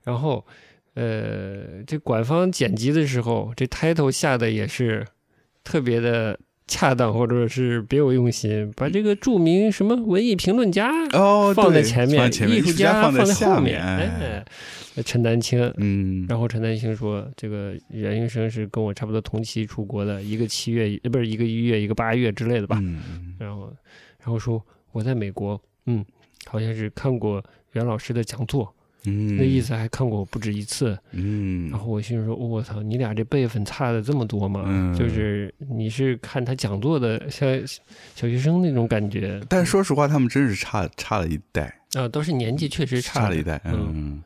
然后，呃，这官方剪辑的时候，这 title 下的也是特别的恰当，或者是别有用心，把这个著名什么文艺评论家。
哦，
放在
对
前面，
放前面，
艺
艺
术
家
放
在
后
下
面。
哎
哎，陈丹青，
嗯，
然后陈丹青说，这个袁英生是跟我差不多同期出国的，一个七月，呃不是一个一月，一个八月之类的吧。
嗯，
然后然后说我在美国，嗯，好像是看过袁老师的讲座，
嗯，
那意，思还看过不止一次。
嗯，
然后我心里说，我操，你俩这辈分差的这么多吗？
嗯
就是你是看他讲座的，像小学生那种感觉
但说实话，他们真是差差了一代，
啊，都是年纪确实
差
差
了
的
一代，嗯，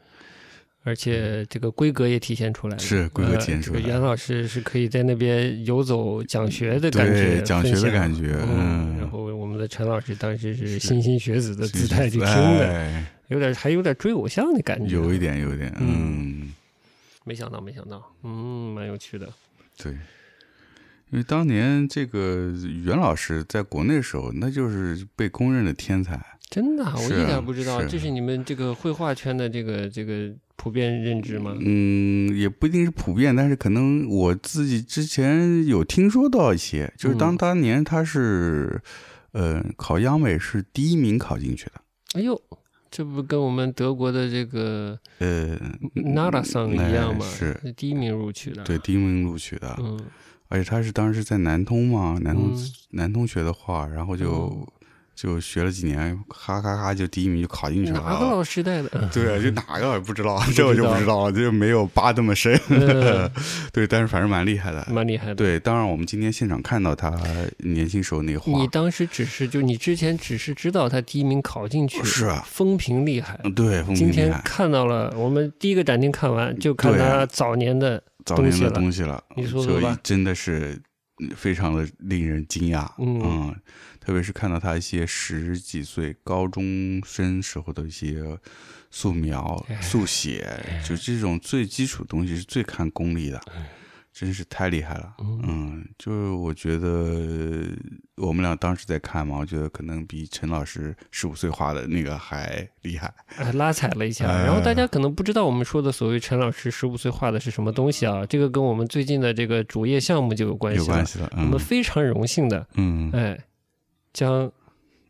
而且这个规格也体现出来了。
是规格体现
呃
出
这
来
个袁老师是可以在那边游走讲学的感
对
觉，，
讲学的感
觉。
觉，
嗯，然
嗯，
后我们的陈老师当时
是
是莘莘学子的
是
姿态去听的，
哎
有点还有点追偶像的感觉，
有一，点，有一点，嗯，
没想到，没想到，嗯，蛮有趣的，
对。因为当年这个袁老师在国内时候，那就是被公认的天才，
真的啊，我
是
一点不知道，
是
这是你们这个绘画圈的这个这个普遍认知吗？
嗯，也不一定是普遍，但是可能我自己之前有听说到一些，就是当
嗯
当年他是，呃，考央美是第一名考进去的，
哎呦，这不跟我们德国的这个
呃
Nara Song 一样吗？
哎是，
第一名录取的，
对，，第一名录取的，
嗯，
而且他是当时在南通嘛，南通、
嗯
南通学的画，然后就、
哦
就学了几年，咔咔咔就第一名就考进去
哪个
了。啊
老师带的？
对，啊就哪个也不知道，
哦知
这
道
我就不知道了，这就没有扒那么 深。
嗯
对，但是反正蛮厉害的。
蛮厉害的。
对，当然我们今天现场看到他年轻时候那个画
你，当时只是就你之前只是知道他第一名考进去，
是啊
风评厉害。
嗯对，风
今
景厉
天
害，
看到了，我们第一个展厅看完就看
对啊
他早年的，
早
东
年
西
的
了
东西了，
你说
所
说
以
吧
真的是非常的令人惊讶。
嗯
特别是看到他一些十几岁高中生时候的一些素描、
哎
速写，就这种最基础的东西是最看功力的，
哎
真是太厉害了。嗯，就是我觉得我们俩当时在看嘛，我觉得可能比陈老师十五岁画的那个还厉害。
呃拉踩了一下。
哎
然后大家可能不知道我们说的所谓陈老师十五岁画的是什么东西啊，这个跟我们最近的这个主业项目就有关系
有
了。
关系的，
我们
嗯
非常荣幸的，
嗯
哎，将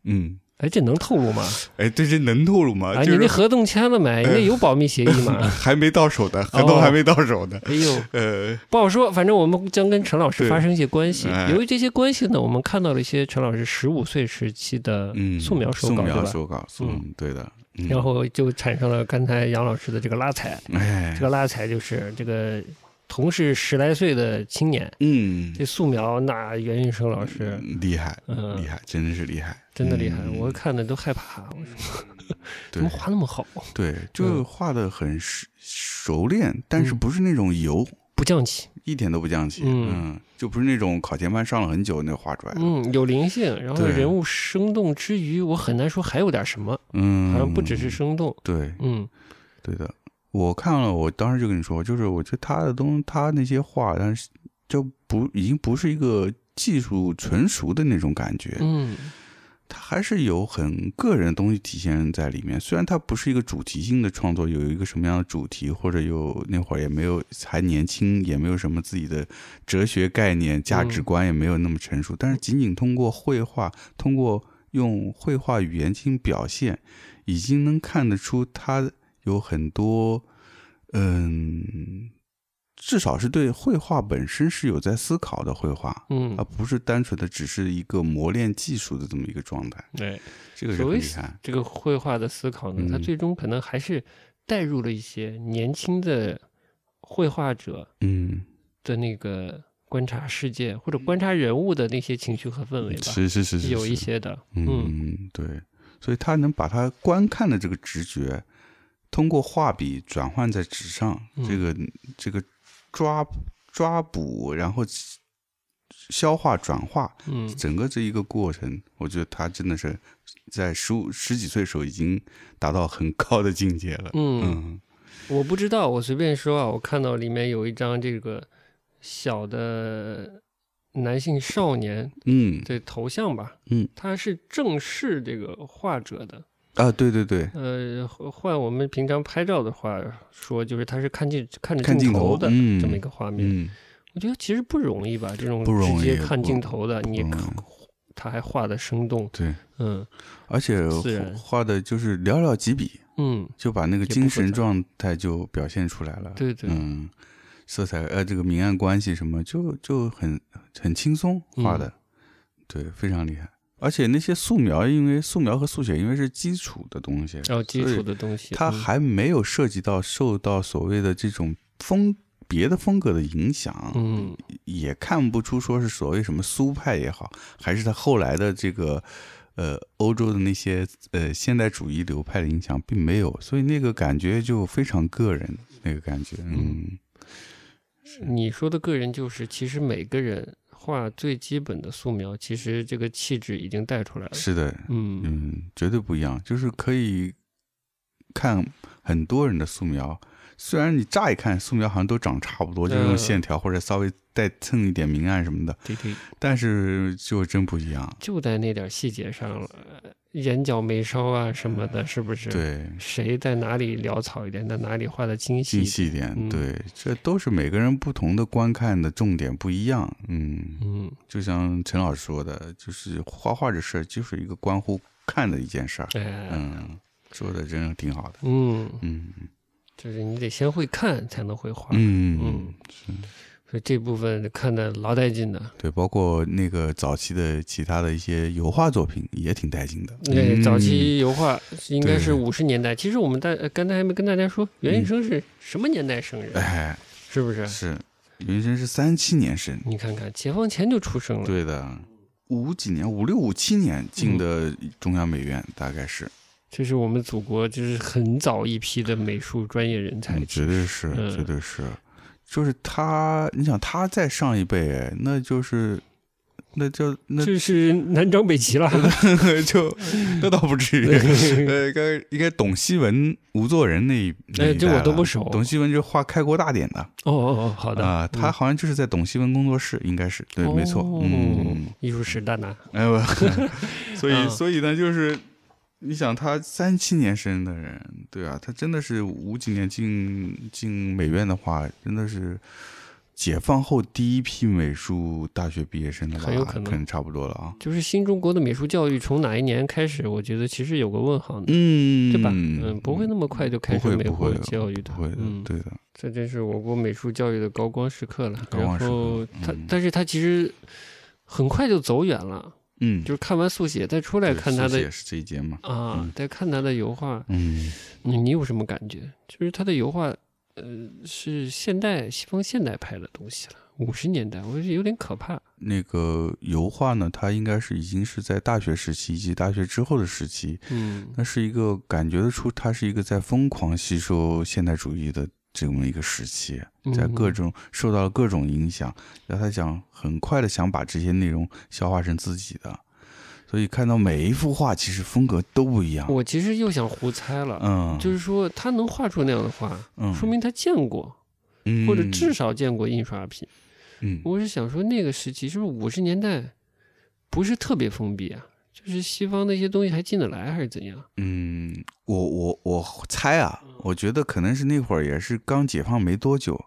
嗯，
哎这能透露吗？
哎，对，这能透露吗？
哎，你
就是哎
那合同签了没？你那有保密协议 吗？
还没到手
哦
的，合同还没到手的。
哎呦，
呃，
不好说，反正我们将跟陈老师
对
发生一些关系
哎。
由于这些关系呢，我们看到了一些陈老师十五岁时期的
嗯，
素描手
素
稿，对
描
吧？
手稿，素
嗯
对的。嗯
然，后就产生了刚才杨老师的这个拉踩，
哎
这，个拉踩就是这个同是十来岁的青年，
嗯，
这素描那袁运生老师
厉害，
嗯
厉害，真的是厉害，
真的厉害，
嗯
我看的都害怕，我说
对
怎么画那么好，
对，就
嗯
画的很熟熟练，但是
嗯
不是那种油，
不降气，
一点都不降气，
嗯
嗯，就不是那种考前班上了很久那画出来的，
嗯，有灵性，然后
对
人物生动之余，我很难说还有点什么，
嗯，
好像不只是生动，
对，
嗯
对的，我看了，我当时就跟你说，就是我觉得他的东，他那些画，但是就不已经不是一个技术纯熟的那种感觉，
嗯，
他还是有很个人的东西体现在里面。虽然他不是一个主题性的创作，有一个什么样的主题，或者有那会儿也没有还年轻，也没有什么自己的哲学概念、价值观，也没有那么成熟。但是仅仅通过绘画，通过用绘画语言进行表现，已经能看得出他有很多，嗯，至少是对绘画本身是有在思考的绘画，
嗯
而，不是单纯的只是一个磨练技术的这么一个状态。
对，
这个是
所
很
谓
厉害。
哎这个绘画的思考呢，它
嗯
最终可能还是带入了一些年轻的绘画者
嗯，
的那个观察世界或者观察人物的那些情绪和氛围吧，
是是是是，
有一
是
些的，嗯，
嗯，对，所以他能把他观看的这个直觉，通过画笔转换在纸上，
嗯
这个这个抓抓捕，然后消化转化，
嗯
整个这一个过程，我觉得他真的是在十五十几岁时候已经达到很高的境界了。
嗯，
嗯
我不知道，我随便说啊，我看到里面有一张这个小的男性少年
嗯
的头像吧，
嗯
他是正视这个画者的，
啊，对对对，
呃，换我们平常拍照的话说，就是他是看镜看着
看镜
头
头
的
嗯
这么一个画面。
嗯
我觉得其实不容易吧，这种
不容
直接
易
看
不
镜头的，你
容
看他还画的生动，
对，
嗯
而且
自然
画的就是寥寥几笔，
嗯，
就把那个
不
精
复
神
杂
状态就表现出来了。
对对
嗯，色彩呃，这个明暗关系什么，就就很很轻松
嗯
画的，对，非常厉害。而且那些素描，因为素描和速写因为是基础的东西，
然后哦基础
所以
的东西，
它
嗯
还没有涉及到受到所谓的这种风别的风格的影响，
嗯
也看不出说是所谓什么苏派也好，还是他后来的这个呃欧洲的那些呃现代主义流派的影响，并没有，所以那个感觉就非常个人，那个感觉，嗯
你说的个人就是，其实每个人画最基本的素描，其实这个气质已经带出来了。
是的，
嗯
嗯，绝对不一样，就是可以看很多人的素描。虽然你乍一看素描好像都长差不多，就是用
嗯
线条或者稍微带蹭一点明暗什么的，
对对，
但是就真不一样。
就在那点细节上了，呃眼角眉梢啊什么的，是不是？，
对，
谁在哪里潦草一点，在哪里画的精细一
精
点？
细一点，
嗯
对，这都是每个人不同的观看的重点不一样，嗯，
嗯，
就像陈老师说的，就是画画这事儿就是一个关乎看的一件事儿，
哎，
嗯，说的真的挺好的，
嗯，
嗯
就是你得先会看才能会画，
嗯
嗯，所以这部分看的老带劲的。
对，包括那个早期的其他的一些油画作品也挺带劲的，
对，
嗯
早期油画应该是
对嗯
五十年代。其实我们大呃刚才还没跟大家说，袁医生是什么年代生人，
哎
是不是？
是原生是三七年生，
你看看，解放前就出生了。
对的。五几年，五六五七年
嗯
进的中央美院，大概是，
这是我们祖国就是很早一批的美术专业人才
嗯，，绝对是，
嗯
绝对是，就是他，你想他再上一辈，那就是，那就那
这是南张北齐了。
就
嗯
那倒不至 于，呃，应该应该董希文、吴作人那一那
哎
一
这
代
我都
了
不熟
董希文就画开国大典的
哦哦哦，好的
啊，他
嗯
好像就是在董希文工作室，应该是对，没错，
哦
嗯，
艺术史大拿，
哎呦， 所以
嗯
所以呢，就是你想他三七年生的人，对啊，他真的是五几年进进美院的话，真的是解放后第一批美术大学毕业生了吧？
很有可能
差不多了啊。
就是新中国的美术教育从哪一年开始？我觉得其实有个问号呢，
嗯，
对吧？嗯，不会那么快就开
不
始
会
美
不
国
会
教育的，
不会的，
嗯，
对的，
这真是我国美术教育的高光时刻了。
高光时刻
然后他
嗯，
但是他其实很快就走远了，
嗯，
就是看完速写再出来
对
看他
速写
的
也是这一节嘛，
啊
嗯，
再看他的油画，
嗯，
你你有什么感觉？就是他的油画，呃，是现代西方现代派的东西了，五十年代，我觉得有点可怕。
那个油画呢，它应该是已经是在大学时期以及大学之后的时期，
嗯
那是一个感觉得出，它是一个在疯狂吸收现代主义的这么一个时期，
嗯
在各种受到了各种影响，让他想很快的想把这些内容消化成自己的，所以看到每一幅画其实风格都不一样。
我其实又想胡猜了，
嗯，
就是说他能画出那样的画，
嗯
说明他见过或者至少见过印刷品。
嗯嗯
我是想说那个时期是不是五十年代不是特别封闭啊？就是西方那些东西还进得来还是怎样？
嗯，我我我猜啊，我觉得可能是那会儿也是刚解放没多久，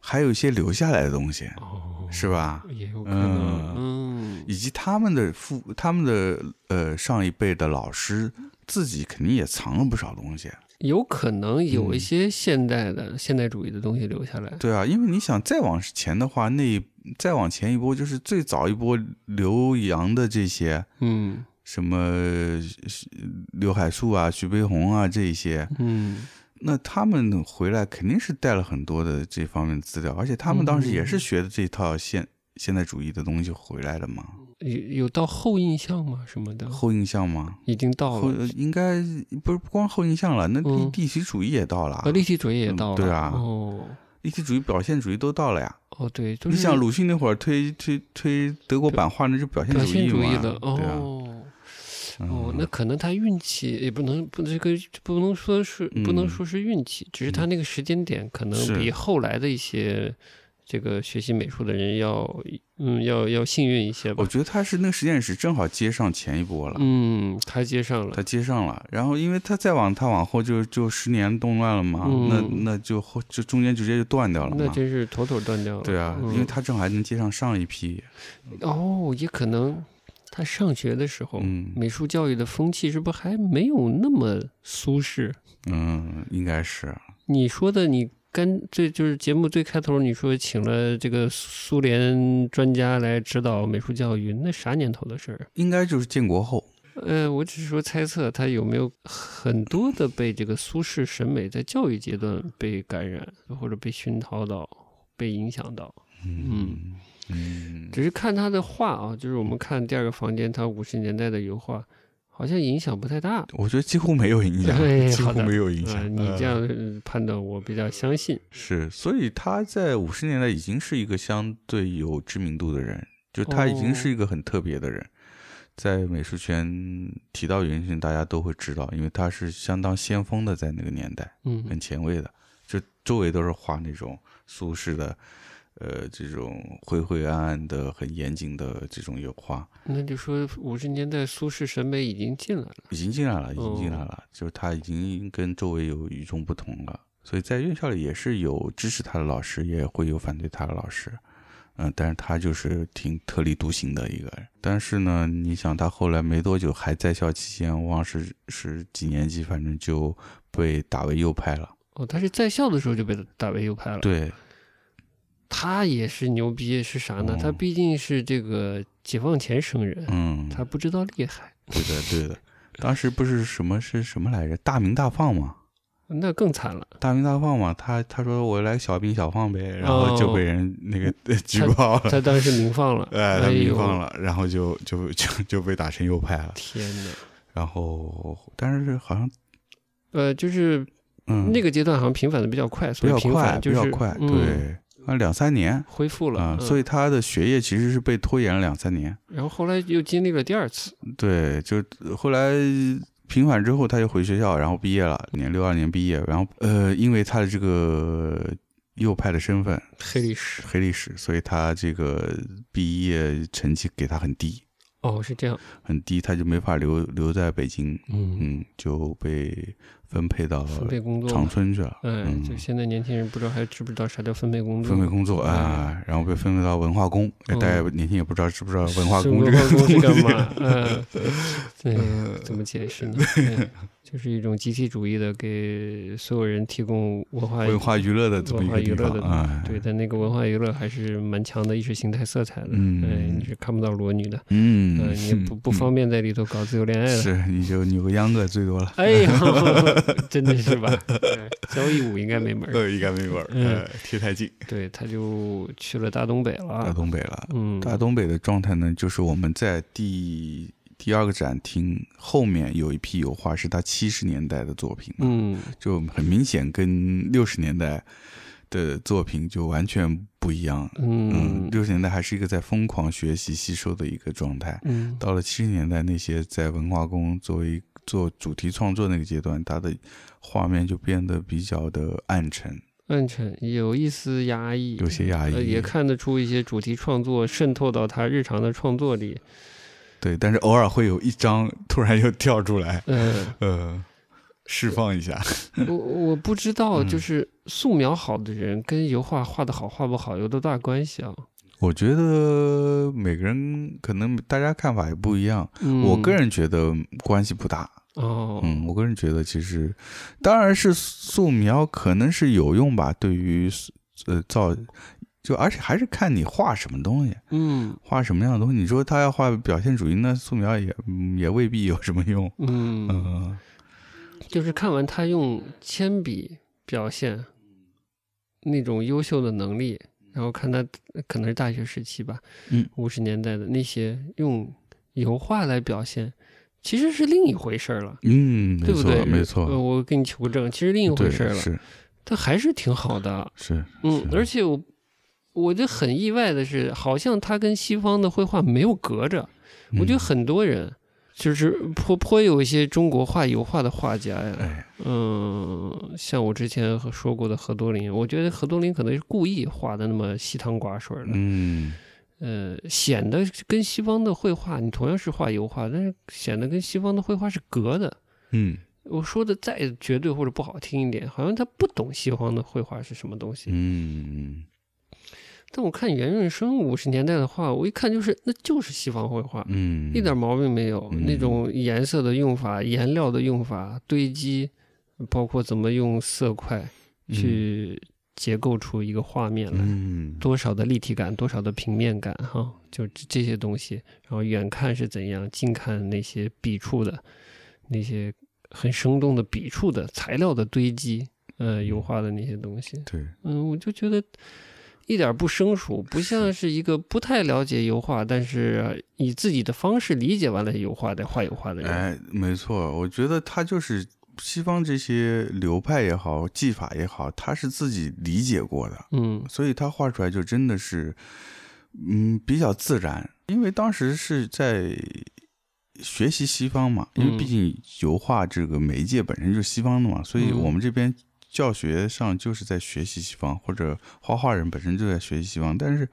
还有一些留下来的东西，
哦，
是吧？
也有可
嗯
能。嗯，
以及他们的父、他们的呃上一辈的老师自己肯定也藏了不少东西。
有可能有一
嗯
些现代的、现代主义的东西留下来。
对啊，因为你想再往前的话，那一再往前一波就是最早一波留洋的这些
嗯
什么呃刘海粟啊、徐悲鸿啊这一些，
嗯，
那他们回来肯定是带了很多的这方面资料，而且他们当时也是学的这套现现代主义的东西回来的嘛，
有有到后印象吗？什么的，
后印象嘛，
已经到
后
了，
应该不是不光后印象了，那立
嗯
立体主义也到了，
呃，立体主义也
嗯
到了。
对啊
哦
立体主义、表现主义都到了呀。
哦，对，就
你
是
想鲁迅那会儿推推推德国版画，那就表现
表现主
嘛，
义的
对啊，嗯
哦。哦，那可能他运气也不能不这个不能说是不能
嗯
说是运气，只是他那个时间点可
是
能比后来的一些这个学习美术的人要嗯要要幸运一些吧
我。觉得他是那个实验室正好接上前一波了。
嗯，他接上了
他，接上了，然后因为他再往他往后就就十年动乱了嘛，
嗯
那那就后就中间直接就断掉了
那
嘛。
真是妥妥断掉了。
对啊，
嗯
因为他正好还能接上上一批，
哦，也可能他上学的时候，
嗯
美术教育的风气是不是还没有那么舒适？
嗯，应该是，
你说的你。干最就是节目最开头你说请了这个苏联专家来指导美术教育，那啥年头的事儿啊？
应该就是建国后，
呃，我只是说猜测他有没有很多的被这个苏式审美在教育阶段被感染，或者被熏陶到、被影响到。
嗯嗯，
只是看他的画啊，就是我们看第二个房间，他五十年代的油画，好像影响不太大。
我觉得几乎没有影响，
哎
几
好
乎
的
没有影响。
呃，你这
呃
样呃判断，我比较相信。
是，所以他在五十年代已经是一个相对有知名度的人，就他已经
哦
是一个很特别的人。在美术圈提到袁迅，大家都会知道，因为他是相当先锋的，在那个年代。
嗯
很前卫的，就周围都是画那种苏式的，呃，这种灰灰暗暗的、很严谨的这种油画，
那就说五十年代苏式审美已经进来了。
已经进来了，已经进来
哦
了，就是他已经跟周围有与众不同了。所以在院校里也是有支持他的老师，也会有反对他的老师，嗯、但是他就是挺特立独行的一个人。但是呢，你想他后来没多久还在校期间，我忘了是是几年级，反正就被打为右派了。
哦，他是在校的时候就被打为右派了。，
对，
他也是牛逼，是啥呢？
哦
他毕竟是这个解放前生人，
嗯，
他不知道厉害，
对的，对的。当时不是什么是什么来着？大鸣大放嘛，
那更惨 了。
大鸣大放嘛。他他说我来小兵小放呗，然
哦
后就被人那个、 举报了，
他当时民放了，
哎，他
哎
民
呦
放。了，然后就就就就被打成右派了。
天哪！
然后但是好像
呃，就是
嗯，
那个阶段好像平反的比较快，
比
所
较
以平
快，
反
比
就
较
是
快，
嗯
对，啊两三年
恢复了
啊，
嗯
所以他的学业其实是被拖延了两三年。
然后后来又经历了第二次，
对，就后来平反之后，他就回学校，然后毕业了，年六二年毕业，然后呃，因为他的这个右派的身份，
黑历史。
黑历史，所以他这个毕业成绩给他很低，
哦，是这样。
很低，他就没法留留在北京，
嗯，
嗯，就被分配到
分配工作
嗯长
嘛。
春去了，
哎，就
嗯
现在年轻人不知道还知不知道啥叫分配工作？
分配工作啊，然后被分配到文化宫，哎
嗯
大家年轻也不知道知不知道文化
是
宫这
文
个
化
东
工
西
是，干嘛？嗯，
呃
对，怎么解释呢？对就是一种集体主义的，给所有人提供文化
文化娱乐的这么一
文化
个
娱
地
乐
方
的
啊，
对，但那个文化娱乐还是蛮强的意识形态色彩的。
嗯
哎，你是看不到裸女的，
嗯
嗯，你也 不不
嗯
方便哎在里头搞自由恋爱的。
是，你就扭个秧歌最多 了。
哎呦，真的是 吧？哎交谊舞应该没门儿。
呃，应该没玩儿，
嗯
呃，贴太近，
对，他就去了大东北
大
了。
东北了。
啊嗯，
大东北的状态呢，就是我们在第第二个展厅后面有一批油画，是他七十年代的作品嘛，
嗯，
就很明显跟六十年代的作品就完全不一样。嗯，
嗯
六十年代还是一个在疯狂学习吸收的一个状态，
嗯，
到了七十年代，那些在文化宫作为做主题创作那个阶段，它的画面就变得比较的暗沉，
暗沉，有一丝压抑，
有些压
嗯
抑。
呃也看得出一些主题创作渗透到他日常的创作里。
对，但是偶尔会有一张突然又跳出来，，
嗯
呃，释放一下。
我我不知道，
嗯
就是素描好的人跟油画画的好画不好有多大关系啊？
我觉得每个人可能大家看法也不一样，
嗯
我个人觉得关系不大。
哦，
嗯，我个人觉得其实，当然是素描可能是有用吧，对于呃造，就而且还是看你画什么东西，
嗯
画什么样的东西。你说他要画表现主义，那素描也嗯也未必有什么用。
嗯，
嗯，
就是看完他用铅笔表现那种优秀的能力，然后看他可能是大学时期吧，
嗯，
五十年代的那些用油画来表现，其实是另一回事儿了。
嗯，没
对不
错，
对？
没
呃
错，
我给你求证，其实另一回
对，
事儿了。
是
他还是挺好的，
是，
嗯，
是
而且我我就很意外的是，好像他跟西方的绘画没有隔着。我觉得
嗯
很多人就是颇颇有一些中国画油画的画家呀，
哎，
嗯，像我之前和说过的何多林，我觉得何多林可能是故意画的那么稀汤寡水的，
嗯，
呃，显得跟西方的绘画，你同样是画油画，但是显得跟西方的绘画是隔的。
嗯
我说的再绝对或者不好听一点，好像他不懂西方的绘画是什么东西。
嗯
但我看袁润生五十年代的画，我一看就是那就是西方绘画，
嗯，
一点毛病没有。
嗯
那种颜色的用法、颜料的用法、堆积，包括怎么用色块去结构出一个画面来，
嗯，
多少的立体感，多少的平面感，哈，就这这些东西。然后远看是怎样，近看那些笔触的那些很生动的笔触的材料的堆积，
嗯
呃，油画的那些东西，
对，
嗯，我就觉得一点不生疏，不像是一个不太了解油画，但是以自己的方式理解完了油画的画油画的人，
哎，没错，我觉得他就是西方这些流派也好，技法也好，他是自己理解过的，
嗯
所以他画出来就真的是，嗯，比较自然。因为当时是在学习西方嘛，因为毕
嗯
竟油画这个媒介本身就是西方的嘛，所以
嗯
我们这边教学上就是在学习西方，或者画画人本身就在学习西方，但是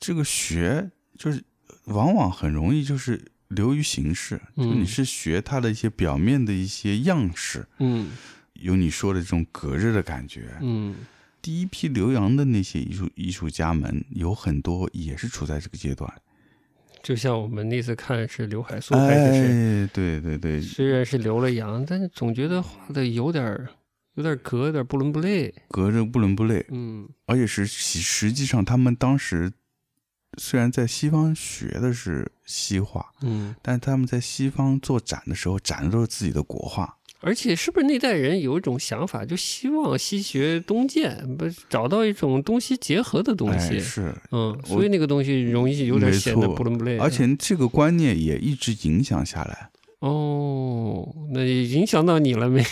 这个学就是往往很容易就是流于形式，就
嗯
你是学它的一些表面的一些样式，
嗯
有你说的这种隔着的感觉。
嗯
第一批留洋的那些艺术艺术家们，有很多也是处在这个阶段。
就像我们那次看是刘海粟还是谁，
哎，对对对，
虽然是留了洋，但是总觉得画的有点儿有点儿格，有点儿不伦不类，
隔着不伦不类，
嗯
而且是实实际上他们当时虽然在西方学的是西画，
嗯，
但他们在西方做展的时候展的都是自己的国画。
而且是不是那代人有一种想法，就希望西学东渐，不是找到一种东西结合的东西，
哎、是，
嗯，所以那个东西容易有点显得不伦不类，
而且这个观念也一直影响下来。
哦，那也影响到你了没？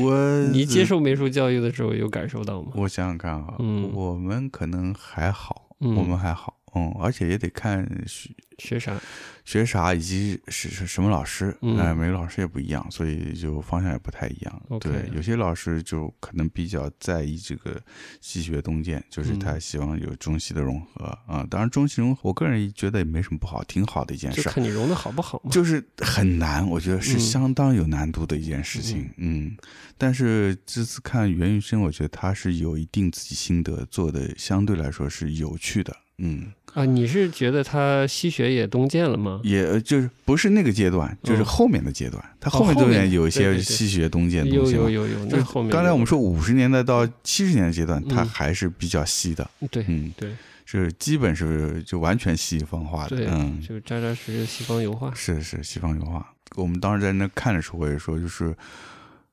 我
你接受美术教育的时候有感受到吗？
我想想看啊，
嗯
我们可能还好，
嗯
我们还好，嗯，而且也得看学
学啥？
学啥以及是是什么老师，哎、
嗯
每个老师也不一样，所以就方向也不太一样。
OK
对，有些老师就可能比较在意这个西学东渐，就是
嗯
他希望有中西的融合啊、当然，中西融合，我个人觉得也没什么不好，挺好的一件
就
事儿。
看你融的好不好嘛。
就是很难，我觉得是
嗯
相当有难度的一件事情。嗯，但是这次看袁玉生，我觉得他是有一定自己心得，做的相对来说是有趣的。嗯，
啊，你是觉得他西学也东渐了吗？
也呃就是不是那个阶段，就是
嗯哦
后面的阶段。他后面
后
这
面
边有
对
一些
对对
西学东渐的东
有
西嘛
有有有，那
就是
后面
刚才
有
我们说五十年代到七十年代阶段，
嗯
他还是比较西的，
对
嗯，
对
是基本是就完全西方化的，
对，
嗯，
就扎扎实实西方油画。
是是西方油画。我们当时在那看的时候，我也说，就是，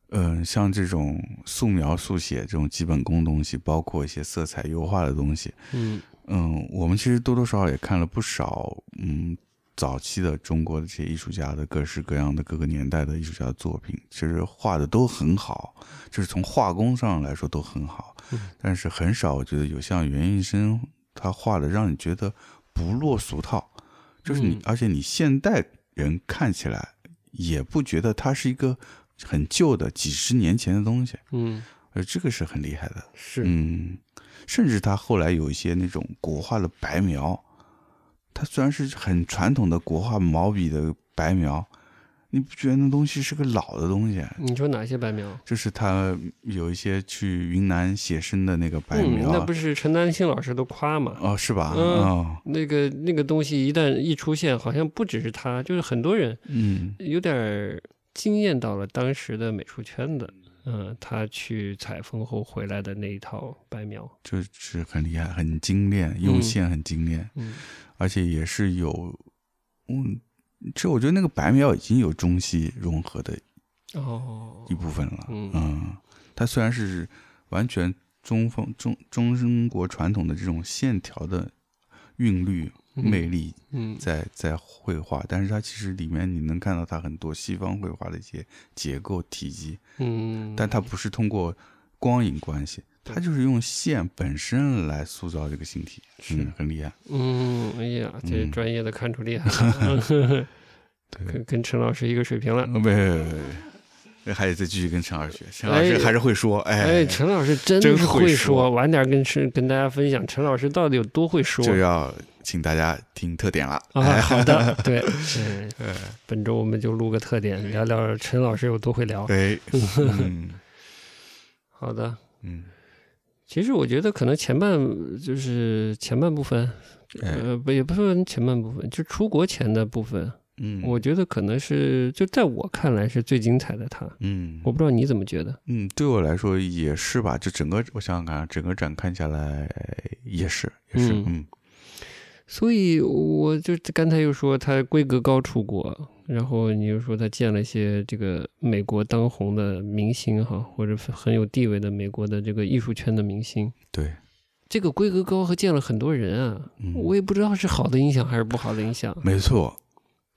嗯、像这种素描、速写这种基本功东西，包括一些色彩油画的东西，
嗯
嗯，我们其实多多少少也看了不少，嗯，早期的中国的这些艺术家的各式各样的各个年代的艺术家的作品，其实画的都很好，就是从画工上来说都很好，
嗯
但是很少我觉得有像袁运生他画的让你觉得不落俗套，就是你，
嗯
而且你现代人看起来也不觉得它是一个很旧的几十年前的东西，
嗯，
呃，这个是很厉害的。
是
嗯，甚至他后来有一些那种国画的白描，他虽然是很传统的国画毛笔的白描，你不觉得那东西是个老的东西？啊
你说哪些白描？
就是他有一些去云南写生的那个白
嗯，
描
那
啊，
不是陈丹青老师都夸嘛？
哦，是吧？
嗯
哦，
那个那个东西一旦一出现，好像不只是他，就是很多人
嗯
有点儿惊艳到了当时的美术圈子。嗯，他去采风后回来的那一套白描，
就是很厉害，很精炼，用线很精炼，
嗯
而且也是有，嗯，其实我觉得那个白描已经有中西融合的
哦
一部分了。
嗯
嗯，它虽然是完全中方中中中国传统的这种线条的韵律
嗯
魅力
嗯
在在绘画，但是它其实里面你能看到它很多西方绘画的一些结构体积，
嗯，
但它不是通过光影关系，它就是用线本身来塑造这个形体，
是
嗯，很厉害。
嗯，哎呀，这
嗯
专业的看出 厉害了， 跟跟陈老师一个水平了。
呃，不不不，还得再继续跟陈老师学，陈老师
哎
还是会说，哎
哎，，陈老师真
真
是
会
会
说
说，晚点跟陈跟大家分享陈老师到底有多会说
就要哎请大家听特点了。
啊！好 的，对，嗯，
哎
本周我们就录个特点，聊聊陈老师有多会聊。
哎，嗯
好的，
嗯，
其实我觉得可能前半就是前半部分，
哎
呃，不也不是说前半部分，就出国前的部分，
嗯，
我觉得可能是就在我看来是最精彩的他。
嗯
我不知道你怎么觉得？
嗯，对我来说也是吧，就整个我想想看啊，整个展看下来也是也是，嗯
嗯所以我就刚才又说他规格高出国，然后你又说他见了一些这个美国当红的明星哈，或者很有地位的美国的这个艺术圈的明星，
对，
这个规格高和见了很多人啊，
嗯
我也不知道是好的影响还是不好的影响，
没错，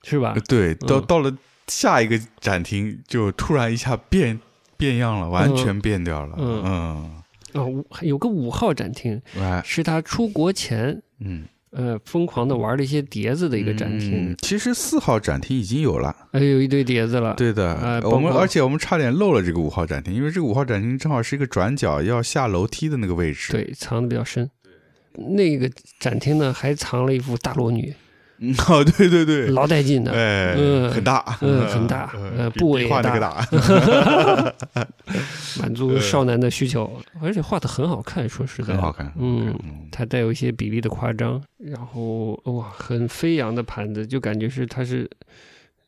是吧
呃？对，到
嗯
到了下一个展厅就突然一下变变样了，完
嗯
全变掉了，嗯
嗯，啊、五有个五号展厅
哎，
是他出国前
嗯，
呃疯狂的玩了一些碟子的一个展厅
嗯，其实四号展厅已经有了。
哎，有一堆碟子了，
对的，
哎
我们
包括
而且我们差点漏了这个五号展厅，因为这个五号展厅正好是一个转角要下楼梯的那个位置。
对，藏的比较深。那个展厅呢，还藏了一幅大裸女，
嗯， 哦，对对对，
老带劲的。
哎，
嗯
很大，
嗯很大呃
比
部位
比
也
画那
大
个大，
满足少男的需求，而且画的很好看，说实在
很，好看，
嗯
嗯
它带有一些比例的夸张，然后哇，很飞扬的盘子，就感觉是它是，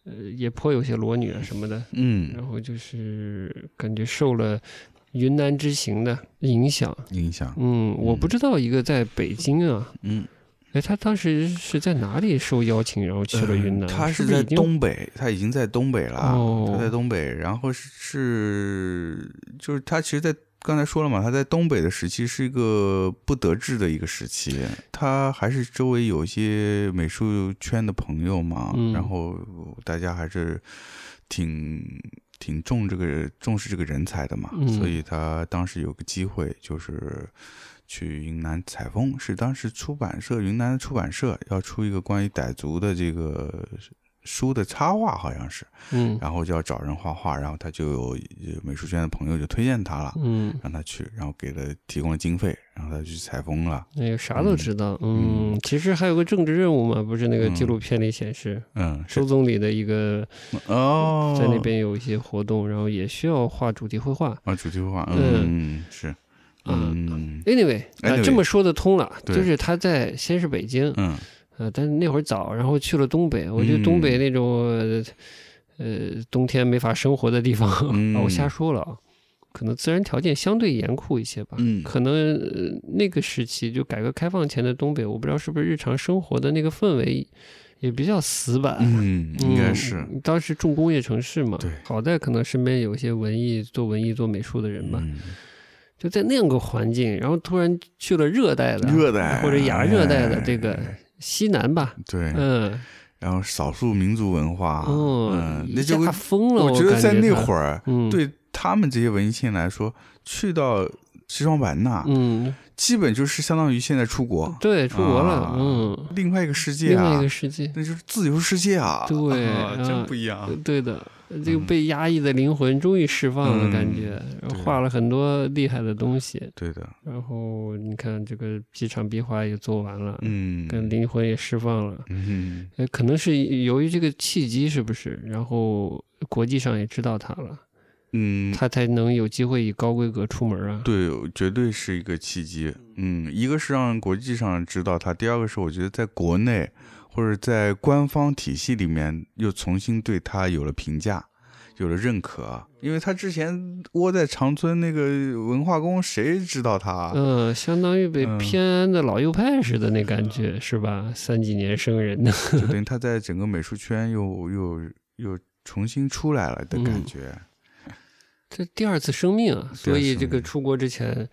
呃，也颇有些裸女啊什么的，
嗯，
然后就是感觉受了云南之行的影响，
影响，
嗯，我不知道一个在北京啊，
嗯，
哎，他当时是在哪里受邀请，然后去了云南？
呃他
是
是
不是
在
已经
东北，他已经在东北了，
哦
他在东北，然后是是就是他其实，在。刚才说了嘛，他在东北的时期是一个不得志的一个时期，他还是周围有一些美术圈的朋友嘛，
嗯
然后大家还是挺挺重这个重视这个人才的嘛，
嗯
所以他当时有个机会就是去云南采风，是当时出版社云南的出版社要出一个关于傣族的这个书的插画，好像是，
嗯
然后就要找人画画，然后他就有有美术圈的朋友就推荐他了，
嗯，
让他去，然后给了提供了经费，然后他去采风了，
哎呦，啥都知道。嗯，其实还有个政治任务嘛，不是那个纪录片里显示，
嗯，是
周总理的一个
哦，
在那边有一些活动，然后也需要画主题绘画。
啊，主题画，嗯
嗯
是，嗯
嗯 Anyway，啊、
Anyway
这么说得通了，
对
就是他在先是北京，
嗯
呃，但是那会儿早，然后去了东北。我觉得东北
嗯
那种、呃冬天没法生活的地方，
嗯
啊，我瞎说了啊，可能自然条件相对严酷一些吧。
嗯
可能、呃那个时期就改革开放前的东北，我不知道是不是日常生活的那个氛围也比较死板。
嗯，应该
嗯
是，
当时重工业城市嘛，
对
好在可能身边有一些文艺、做文艺、做美术的人吧，
嗯
就在那样个环境，然后突然去了热带的、
热带
或者亚热带的
哎
这个西南吧，
对，
嗯，
然后少数民族文化，
哦
嗯，，
一
那就
下疯了，
我
我
觉得在那
儿，
会儿，
嗯，，
对他们这些文艺青年来说，去到西双版纳，
嗯，
基本就是相当于现在出国，
对，出国了
啊，
嗯，
另外一个世界
另外
啊
一个，世界，
那就是自由世界啊，
对啊
啊 真不一样，
对的，呃这个被压抑的灵魂终于释放了，
嗯
感觉、然后
对啊
画了很多厉害的东西。
对的，
然后你看这个几场壁画也做完了，
嗯，
跟灵魂也释放了。
嗯
呃，可能是由于这个契机，是不是？然后国际上也知道他了，
嗯，
他才能有机会以高规格出门啊。
对，绝对是一个契机。嗯，一个是让国际上知道它，第二个是我觉得在国内或者在官方体系里面又重新对它有了评价，有了认可啊。因为他之前窝在长春那个文化宫，谁知道他啊？
嗯，相当于被
嗯
偏的老右派似的那感觉，是吧？三几年生人的，
就等于他在整个美术圈又又又重新出来了
嗯
的感觉。
这第二次生命啊！所以这
生
个
命
出国之前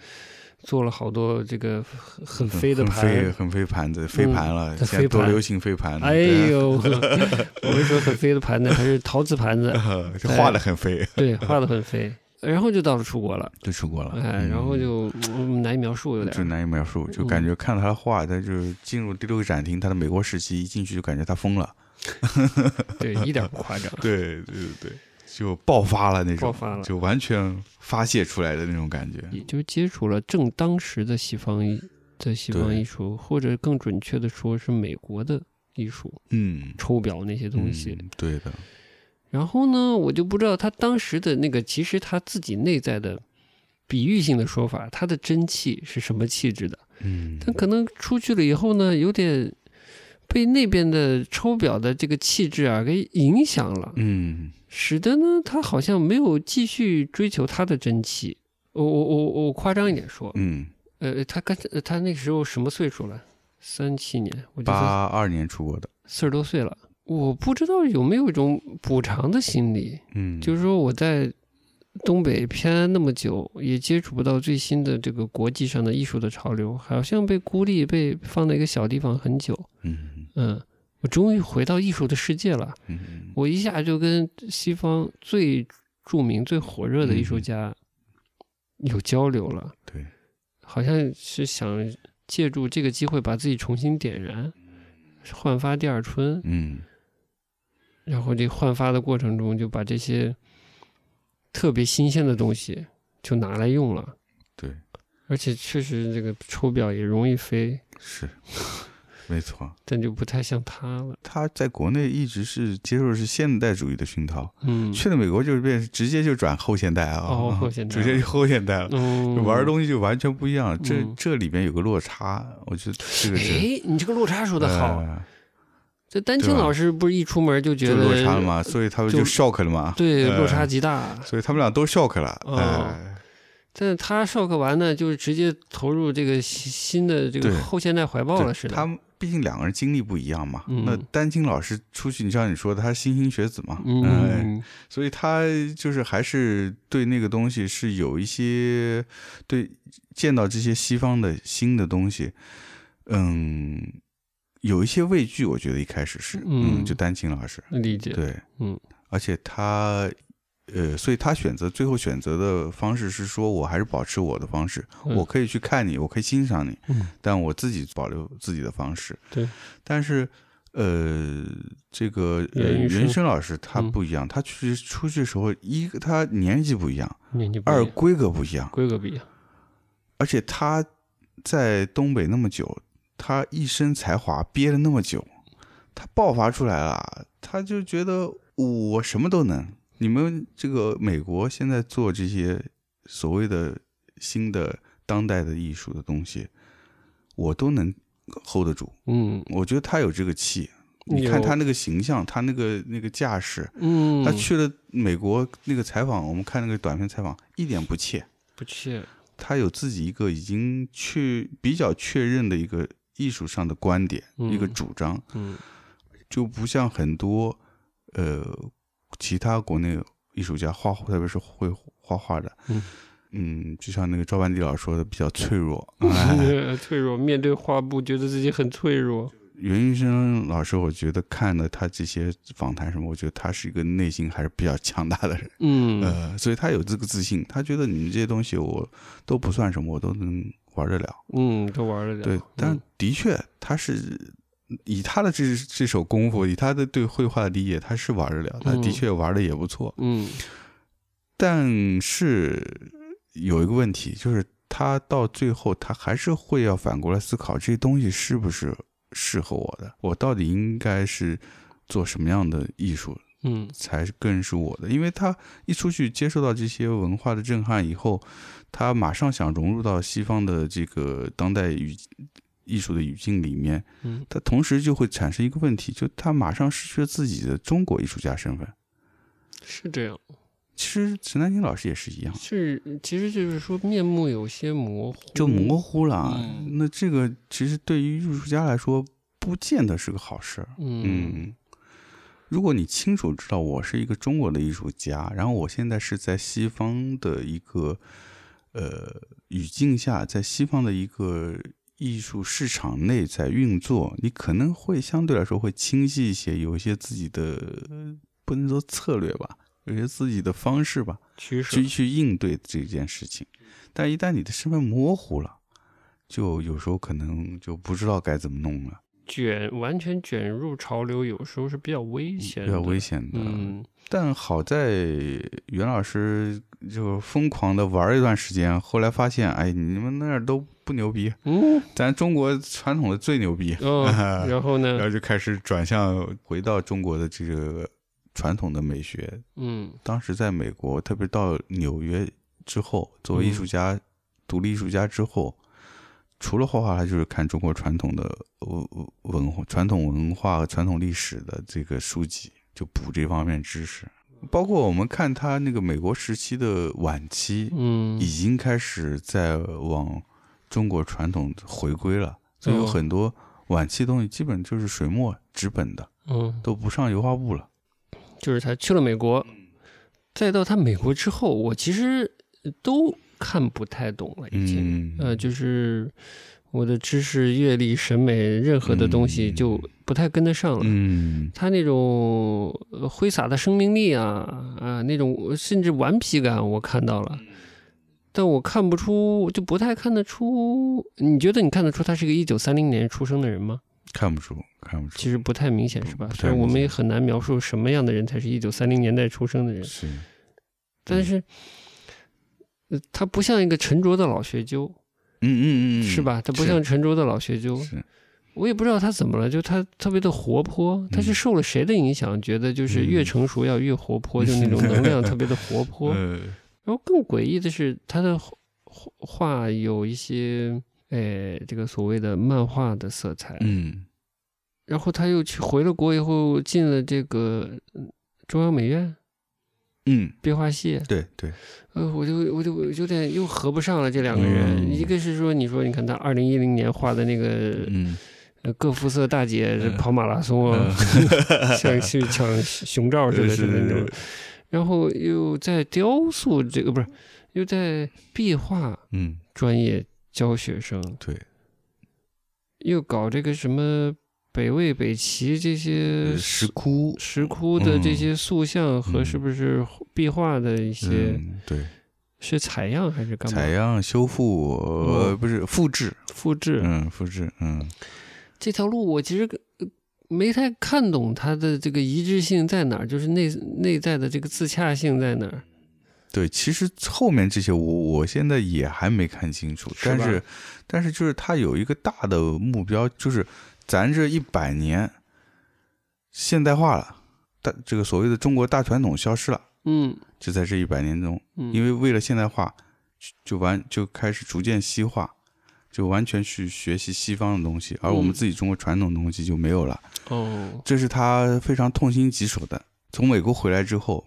做了好多这个很很
很
飞的
很飞
盘。
很飞盘子，飞盘了，
它
现在
飞
都
盘
流行飞盘了。
哎
对啊，
呦，我们说很飞的盘子还是陶瓷盘子，
啊 这画的很飞，
对，画的很飞。然后就到了出国了，
就出国了。
哎，然后
嗯
就嗯难以描述，有点
就难以描述，就感觉看了他的画，他就进入第六个展厅，他的美国时期一进去就感觉他疯了，
对，一点不 夸张。
对对对对，就爆发了那种，
爆发了
就完全发泄出来的那种感觉。
也就接触了正当时的西方艺的西方
对
艺术，或者更准确的说是美国的艺术
嗯，
抽表那些东西。
嗯对的，
然后呢，我就不知道他当时的那个，其实他自己内在的比喻性的说法，他的真气是什么气质的？
嗯，
但可能出去了以后呢，有点被那边的抽表的这个气质啊给影响了。
嗯
使得呢，他好像没有继续追求他的真气。我我我我夸张一点说，
嗯，
呃，他刚才呃他那时候什么岁数了？三七年，我就说
八二年出国的，
四十多岁了。我不知道有没有一种补偿的心理，
嗯，
就是说我在东北偏安那么久，也接触不到最新的这个国际上的艺术的潮流，好像被孤立、被放在一个小地方很久。
嗯
嗯，我终于回到艺术的世界了。
嗯
我一下就跟西方最著名、最火热的艺术家有交流了，
对，
好像是想借助这个机会把自己重新点燃，焕发第二春。
嗯
然后这焕发的过程中，就把这些特别新鲜的东西就拿来用了，
对，
而且确实这个抽表也容易飞，
是，没错。
但就不太像他了。
他在国内一直是接受的是现代主义的熏陶，
嗯，
去了美国就是变，直接就转后现代啊，
哦后现代
直接就后现代了，
嗯，
玩的东西就完全不一样。这
嗯
这里边有个落差，我觉得这个是
哎，你这个落差说的好。
呃
这丹
对
青
吧
老师不是一出门就觉
就
得
落差了嘛，所以他们就
就
shock 了嘛，
对，
呃
落差极大。
所以他们俩都 shock 了，
哦
哎
但是他 shock 完呢，就是直接投入这个新新的这个
对
后现代怀抱了似
对
的。
他们毕竟两个人经历不一样嘛。
嗯
那丹青老师出去，你像你说的，他是莘莘学子嘛，哎
嗯，
所以他就是还是对那个东西是有一些对见到这些西方的新的东西，嗯，有一些畏惧。我觉得一开始是，
嗯
嗯，就丹青老师，
理解。
对，
嗯，
而且他。呃，所以他选择最后选择的方式是说，我还是保持我的方式，
嗯
我可以去看你，我可以欣赏你，
嗯
但我自己保留自己的方式。
对，
但是呃，这个呃
袁医生
袁医生老师他
嗯
不一样，他去出去的时候，一个他年纪不一样，
年纪不一
二
样
规格不一样，
规格不一啊样。
而且他在东北那么久，他一身才华憋了那么久，他爆发出来了，他就觉得我什么都能。你们这个美国现在做这些所谓的新的当代的艺术的东西，我都能 hold 得住。
嗯
我觉得他有这个气。你看
有
他那个形象，他那个那个架势，
嗯，
他去了美国那个采访，我们看那个短片采访，一点不怯，
不去，
他有自己一个已经确比较确认的一个艺术上的观点，
嗯
一个主张，
嗯
就不像很多呃其他国内艺术家画，特别是会画画的，
嗯
嗯就像那个赵半地老师说的，比较脆弱。哎
脆弱，面对画布，觉得自己很脆弱。
袁医生老师，我觉得看了他这些访谈什么，我觉得他是一个内心还是比较强大的人，
嗯，
呃，所以他有这个自信，他觉得你们这些东西我都不算什么，我都能玩得了。
嗯，都玩得了。
对，但
嗯
的确他是以他的这这手功夫，以他的对绘画的理解，他是玩得了，他的
嗯
确玩的也不错。
嗯
但是有一个问题，就是他到最后，他还是会要反过来思考，这东西是不是适合我的？我到底应该是做什么样的艺术
嗯
才是更是我的？因为他一出去接受到这些文化的震撼以后，他马上想融入到西方的这个当代语艺术的语境里面，
嗯
他同时就会产生一个问题，就他马上失去了自己的中国艺术家身份。
是这样，
其实陈丹青老师也是一样。
是其实就是说面目有些模糊，
就模糊了啊。
嗯
那这个其实对于艺术家来说，不见得是个好事儿。
嗯
如果你清楚知道我是一个中国的艺术家，然后我现在是在西方的一个呃语境下，在西方的一个艺术市场内在运作，你可能会相对来说会清晰一些，有一些自己的呃不能说策略吧，有一些自己的方式吧。
趋势
去去应对这件事情。但一旦你的身份模糊了，就有时候可能就不知道该怎么弄了，
卷完全卷入潮流，有时候是比较危
比
险，
较危。险的。
嗯，
但好在袁老师就疯狂的玩儿一段时间，后来发现，哎，你们那儿都不牛逼，
嗯，
咱中国传统的最牛逼，
哦，然后
然
呢？
后就开始转向回到中国的这个传统的美学，
嗯
当时在美国，特别到纽约之后，作为艺术
嗯
家、独立艺术家之后，除了画画，他就是看中国传统的呃呃文化、传统文化和传统历史的这个书籍，就补这方面知识。包括我们看他那个美国时期的晚期，
嗯
已经开始在往中国传统回归了，所以有
嗯
很多晚期东西基本就是水墨纸本的，
嗯，
都不上油画布了。
就是他去了美国，再到他美国之后，我其实都看不太懂了，已经。
嗯，
呃，就是我的知识、阅历、审美，任何的东西
嗯
就不太跟得上了。
嗯。
他那种呃挥洒的生命力啊，啊、那种甚至顽皮感，我看到
嗯
了，但我看不出，就不太看得出。你觉得你看得出他是个一九三零年出生的人吗？
看不出，看不出。
其实不太明显，是吧？
不太
所以我
明
们
显
也很难描述什么样的人才是一九三零年代出生的人。
是，嗯
但是，呃他不像一个沉着的老学究，
嗯嗯嗯，嗯
是？吧？他不
是
像沉着的老学究，
是，
我也不知道他怎么了，就他特别的活泼，
嗯
他是受了谁的影响，觉得就是越成熟要越活泼，就那种能量特别的活泼。
呃，
然后更诡异的是，他的画画有一些，呃，这个所谓的漫画的色彩。
嗯
然后他又去回了国以后，进了这个嗯中央美院
嗯，
壁画系。
对对，
呃，我就我就我有点又合不上了这两个人，
嗯
一个是说你说你看他二零一零年画的那个
嗯，呃
呃，各肤色大姐这跑马拉松啊， 像去抢熊照似的，
是
是那种
是。
然后又在雕塑这个不是，又在壁画
嗯，
专业教学生，
对，
又搞这个什么北魏、北齐这些
呃石窟
石窟的这些塑像和
嗯
是不是壁画的一些
嗯，对，
是采样还是干
采
嘛？
样、修复，呃，不是复制，
复制。
嗯，复制，嗯，
这条路我其实呃没太看懂它的这个一致性在哪儿，就是内内在的这个自洽性在哪儿。
对，其实后面这些我我现在也还没看清楚，
是
但
吧
是但是就是他有一个大的目标，就是咱这一百年现代化了，大这个所谓的中国大传统消失了。
嗯
就在这一百年中，
嗯
因为为了现代化，就就完就开始逐渐西化，就完全去学习西方的东西，而我们
嗯
自己中国传统的东西就没有了。
哦，
这是他非常痛心疾首的。从美国回来之后，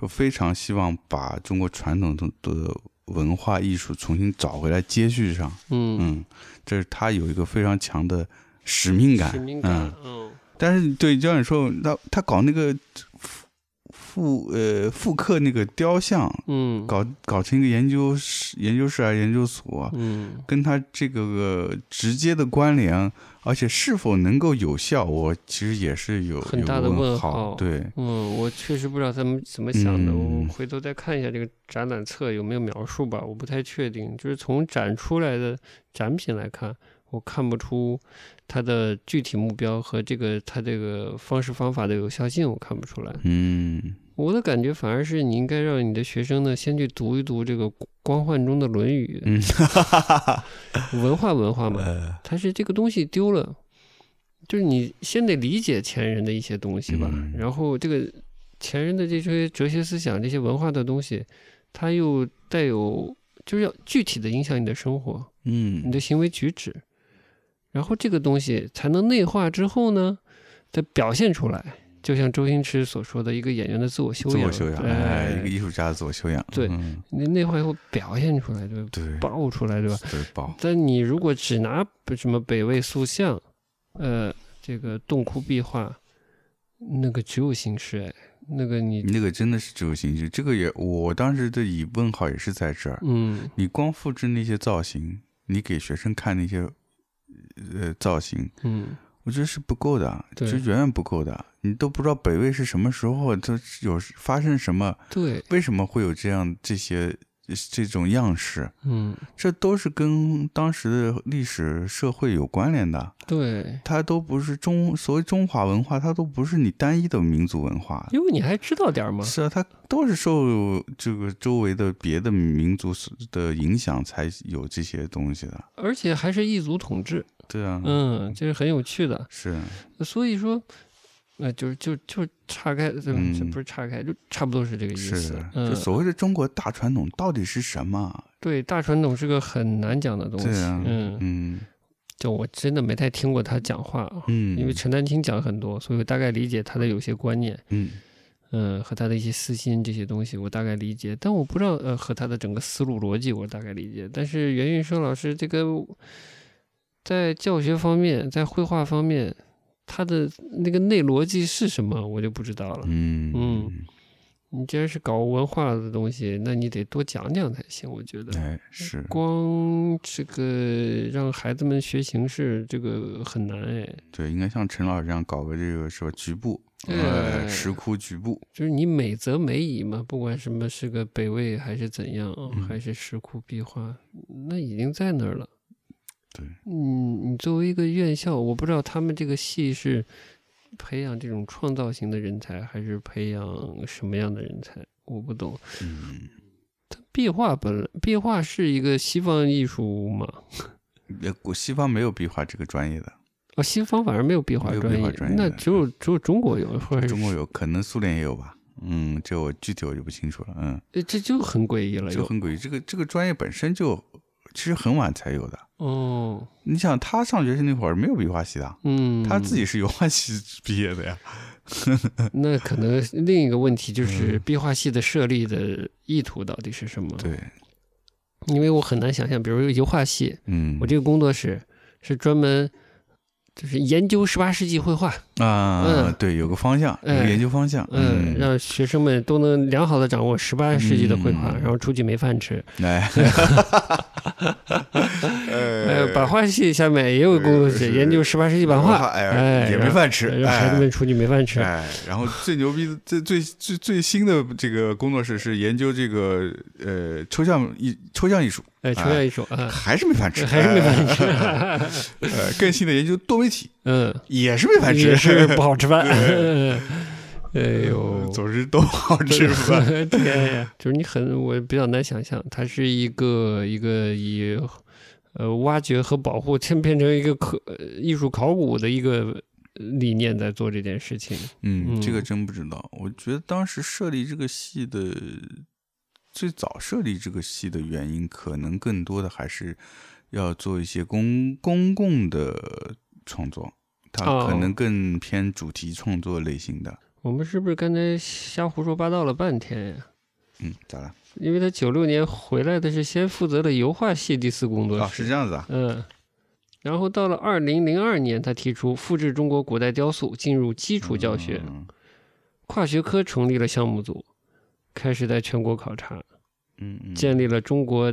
就非常希望把中国传统的的文化艺术重新找回来，接续上。
嗯，
嗯，这是他有一个非常强的使命感。
使命
嗯
感，嗯
但是对教你说，他他搞那个复复呃复刻那个雕像，
嗯，
搞搞成一个研究室、研究室啊、研究所，
嗯
跟他这个呃直接的关联，而且是否能够有效，我其实也是有
很大的
有个
问
号。
号
对，
嗯，我确实不知道他们怎么想的，
嗯
我回头再看一下这个展览册有没有描述吧，我不太确定。就是从展出来的展品来看，我看不出他的具体目标和这个他这个方式方法的有效性，我看不出来。
嗯
我的感觉反而是你应该让你的学生呢先去读一读这个光焕中的《论语》
嗯，
文化文化嘛，
呃，
它是这个东西丢了，就是你先得理解前人的一些东西吧，
嗯
然后这个前人的这些哲学思想、这些文化的东西，它又带有就是要具体的影响你的生活，你
嗯
的行为举止，然后这个东西才能内化之后呢，再表现出来。就像周星驰所说的一个演员的自我修
自
养，
我修养，哎，一个
对
艺术家的自我修养，
对
嗯
你内化以后表现出来，对吧？
对，
爆出来，对吧？
对宝，
但你如果只拿什么北魏塑像，呃，这个洞窟壁画，那个只有形式哎，那个你，
那个真的是只有形式，这个也，我当时的疑问号也是在这儿，
嗯
你光复制那些造型，你给学生看那些呃造型，
嗯，
我觉得是不够的，就
对
远远不够的。你都不知道北魏是什么时候，它是有发生什么，
对，
为什么会有这样这些这种样式，
嗯
这都是跟当时的历史社会有关联的。
对，
它都不是中所谓中华文化，它都不是你单一的民族文化。
因为你还知道点儿嘛，
是啊，它都是受这个周围的别的民族的影响才有这些东西的。
而且还是异族统治，
对啊，
嗯，这是很有趣的。
是，
所以说，呃，就是就就岔开，这
嗯
这不是岔开，就差不多是这个意
是
思
的，。就
嗯，
所谓的中国大传统到底是什么？
对，大传统是个很难讲的东西
对。啊，
嗯，
嗯
就我真的没太听过他讲话啊。
嗯，
因为陈丹青讲很多，所以我大概理解他的有些观念，
嗯
嗯，和他的一些私心这些东西，我大概理解，但我不知道呃和他的整个思路逻辑，我大概理解。但是袁运生老师这个在教学方面，在绘画方面，他的那个内逻辑是什么，我就不知道了。
嗯
嗯你既然是搞文化的东西，那你得多讲讲才行，我觉得。
哎是，
光这个让孩子们学形式，这个很难哎。
对，应该像陈老师这样搞个这个说局部，
哎
呃，石窟局部，
就是你美则美矣嘛，不管什么是个北魏还是怎样啊，
嗯
还是石窟壁画，那已经在那儿了。
对，
嗯，你作为一个院校，我不知道他们这个系是培养这种创造型的人才，还是培养什么样的人才，我不懂。
嗯，
壁画本来，壁画是一个西方艺术嘛，
也国西方没有壁画这个专业的，
哦，西方反而没有壁画
没有
专
壁画
业，
专业
那
的
只有只有中国有，或者
中
是
国有，可能苏联也有吧。嗯，这我具体我就不清楚了。嗯，
呃这就很诡异了，
这个
有
很诡异，这个这个专业本身就其实很晚才有的。
哦，
你想，他上学生那会儿没有壁画系的，
嗯，
他自己是油画系毕业的呀。
那可能另一个问题就是壁画系的设立的意图到底是什么？，
嗯对，
因为我很难想象，比如说油画系，
嗯，
我这个工作室是专门就是研究十八世纪绘画，
啊，
嗯
对，有个方向，有
哎
个研究方向，
嗯，让学生们都能良好的掌握十八世纪的绘画，
嗯
然后出去没饭吃。
哎，
呃，版
呃，
画系下面也有工作室
是
研究十八世纪版画，哎，
哎，也没饭吃，
让让孩子
哎
们出去没饭吃。
哎，然后最牛逼的、最最最最新的这个工作室是研究这个呃抽象艺抽象艺术，
哎，抽象艺术 啊，
还是没饭吃，
还是没饭吃。
哎。呃，更新的研究多媒体
嗯，
也是没饭吃
也，是不好吃饭。 哎呦，
总之都不好 吃饭。
天 呀！ 就是你很，我比较难想象，它是一个一个以呃挖掘和保护，变变成一个科呃艺术考古的一个呃理念在做这件事情。
嗯，
嗯
这个真不知道。我觉得当时设立这个系的最早设立这个系的原因，可能更多的还是要做一些公公共的创作，它
哦
可能更偏主题创作类型的。
我们是不是刚才瞎胡说八道了半天呀？
嗯，咋了？
因为他九六年回来的是先负责了油画系第四工作
啊，
室，
是这样子啊。
嗯，然后到了二零零二年，他提出复制中国古代雕塑进入基础教学，
嗯
跨学科成立了项目组，开始在全国考察。
嗯嗯，
建立了中国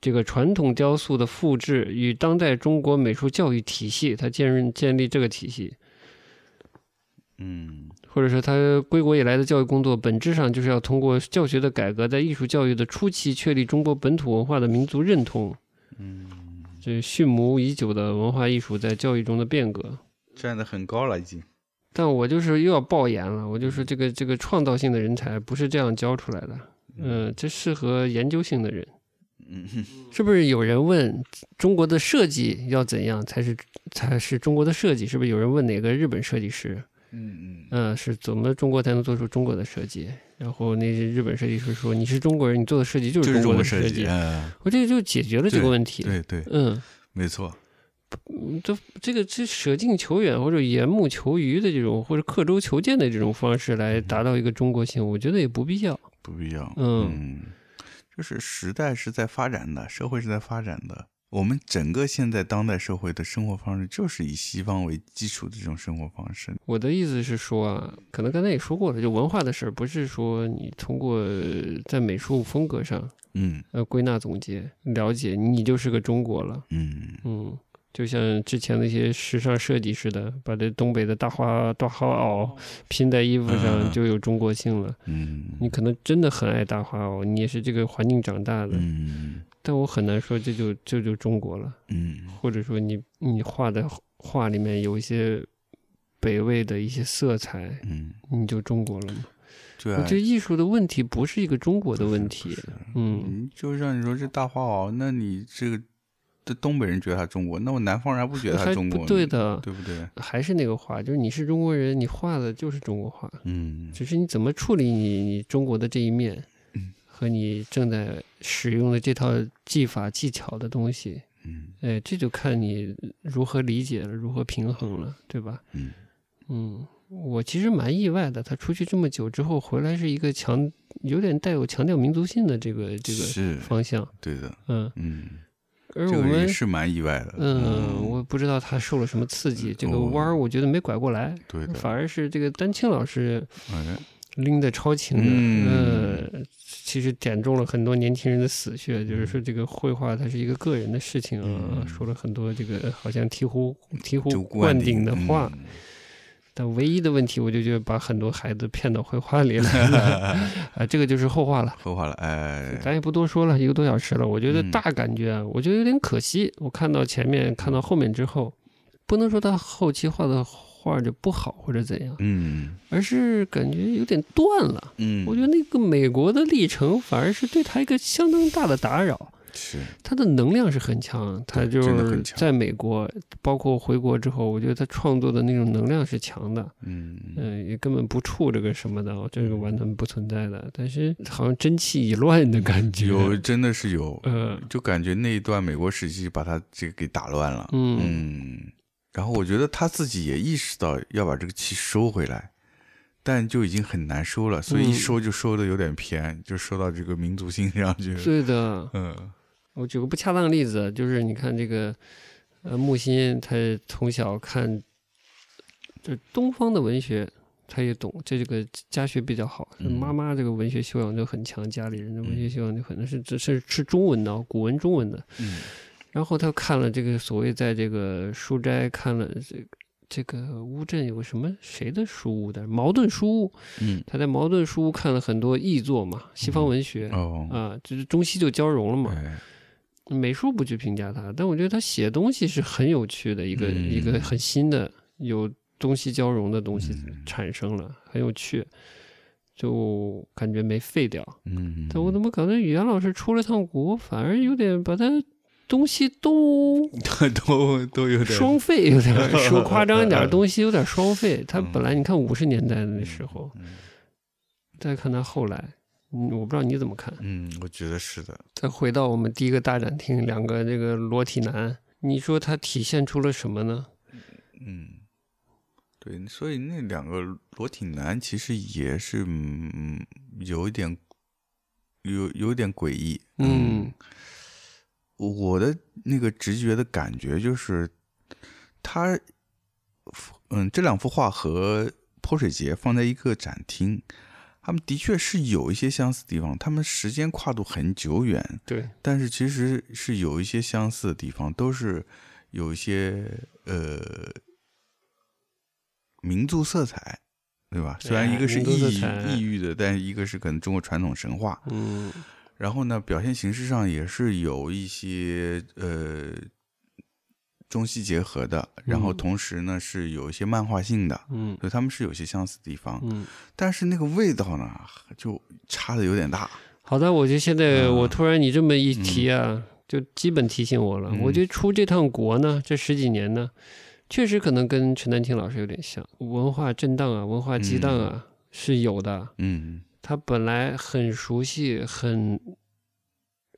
这个传统雕塑的复制与当代中国美术教育体系，他建建立这个体系，
嗯
或者说他归国以来的教育工作，本质上就是要通过教学的改革，在艺术教育的初期确立中国本土文化的民族认同。
嗯
这蓄谋已久的文化艺术在教育中的变革。
站得很高了已经。
但我就是又要爆言了，我就说这个这个创造性的人才不是这样教出来的，嗯、这适合研究性的人。
嗯哼，
是不是有人问中国的设计要怎样才是才是中国的设计？是不是有人问哪个日本设计师，
嗯嗯，
嗯、是怎么中国才能做出中国的设计？然后那些日本设计师说你是中国人，你做的设计就
就是
中
是
国
中
的
国设计，
计。
嗯，
我这个就解决了这个问题。
对对，
嗯，
没错，
嗯这这个这舍近求远或者缘木求鱼的这种，或者刻舟求剑的这种方式
嗯
来达到一个中国性，我觉得也不必要。
不必要。
嗯
嗯，就是时代是在发展的，社会是在发展的。我们整个现在当代社会的生活方式，就是以西方为基础的这种生活方式。
我的意思是说啊，可能刚才也说过了，就文化的事儿，不是说你通过呃在美术风格上
嗯
呃归纳总结了解，你就是个中国了。
嗯
嗯，就像之前那些时尚设计似的，把这东北的大花大花袄拼在衣服
嗯嗯
上，
嗯
就有中国性了。
嗯，
你可能真的很爱大花袄，你也是这个环境长大的，
嗯
但我很难说这就这就中国了，
嗯
或者说你你画的画里面有一些北魏的一些色彩，
嗯，
你就中国了吗？
对
我
啊
觉，得艺术的问题不是一个中国的问
不
题
是，
嗯，
嗯，就像你说这大花袄，那你这个这东北人觉得他中国，那我南方人还不觉得他
还
中国呢？
不对，的，
对不对？
还是那个话，就是你是中国人，你画的就是中国画，
嗯
只是你怎么处理你你中国的这一面
嗯，
和你正在使用的这套技法技巧的东西，
嗯
哎，这就看你如何理解了，如何平衡了，对吧？
嗯
嗯，我其实蛮意外的，他出去这么久之后回来是一个强，有点带有强调民族性的这个这个
是
方向，
对的，
嗯，
嗯，
而
这
我
个
们
也。是蛮意外的。
嗯，我不知道他受了什么刺激，这个
哦
弯儿我觉得没拐过来，
对的，
反而是这个丹青老师
哎，
拎得超勤的，
嗯
呃，其实点中了很多年轻人的死穴，就是说这个绘画它是一个个人的事情啊，
嗯
说了很多这个好像醍醐醍
就
醐灌顶的话，
嗯
但唯一的问题，我就觉得把很多孩子骗到绘画 里来了，啊，这个就是后话了。
后话了，哎，
咱也不多说了，一个多小时了。我觉得
嗯
大感觉，啊，我觉得有点可惜。我看到前面，看到后面之后，不能说他后期画的画就不好或者怎样，
嗯
而是感觉有点断了。
嗯，
我觉得那个美国的历程反而是对他一个相当大的打扰。
是，
他的能量是很强，他就
真的很
是
强
在美国，包括回国之后，我觉得他创作的那种能量是强的，
嗯
嗯、也根本不怵这个什么的，哦这个完全不存在的。但是好像真气已乱的感觉，
有真的是有，
呃，
就感觉那一段美国时期把他这个给打乱了，
嗯，
嗯，然后我觉得他自己也意识到要把这个气收回来。但就已经很难收了，所以一
嗯
收就收的有点偏，就收到这个民族性上去了。
对的。
嗯
我举个不恰当的例子，啊就是你看这个，呃，木心他从小看，就是东方的文学，他也懂，这个家学比较好，
嗯
妈妈这个文学修养就很强，家里人的文学修养就很，那是这是是中文的哦，古文中文的。
嗯
然后他看了这个所谓在这个书斋看了这个这个乌镇有个什么谁的书屋的茅盾书屋，
嗯，
他在茅盾书屋看了很多译作嘛，西方文学。
哦，
啊，就是中西就交融了嘛，
哎
美术不去评价他，但我觉得他写东西是很有趣的一个、
嗯
一个很新的有东西交融的东西
嗯
产生了，很有趣，就感觉没废掉。
嗯，
但我怎么感觉袁老师出了趟国，反而有点把他东西都
都都有点
双废，有点儿说夸张一 点儿，东西有点双废。他本来你看五十年代的那时候，
嗯
再看他后来。嗯，我不知道你怎么看。
嗯，我觉得是的，
再回到我们第一个大展厅，两个这个裸体男，你说他体现出了什么呢？
嗯，对，所以那两个裸体男其实也是嗯有一点有有点诡异，
嗯，
我的那个直觉的感觉就是他，嗯，这两幅画和泼水节放在一个展厅。他们的确是有一些相似地方，他们时间跨度很久远，
对，
但是其实是有一些相似的地方，都是有一些呃民族色彩，对吧？虽然一个是
民族色
异
彩
异域的，但一个是可能中国传统神话。
嗯
然后呢，表现形式上也是有一些呃中西结合的，然后同时呢是有一些漫画性的，
嗯
所以他们是有些相似地方，
嗯，
但是那个味道呢就差的有点大。
好的，我就现在
啊
我突然你这么一提啊，就基本提醒我了。
嗯
我觉得出这趟国呢，这十几年呢，确实可能跟陈丹青老师有点像，文化震荡啊，文化激荡啊、是有的。
嗯
他本来很熟悉、很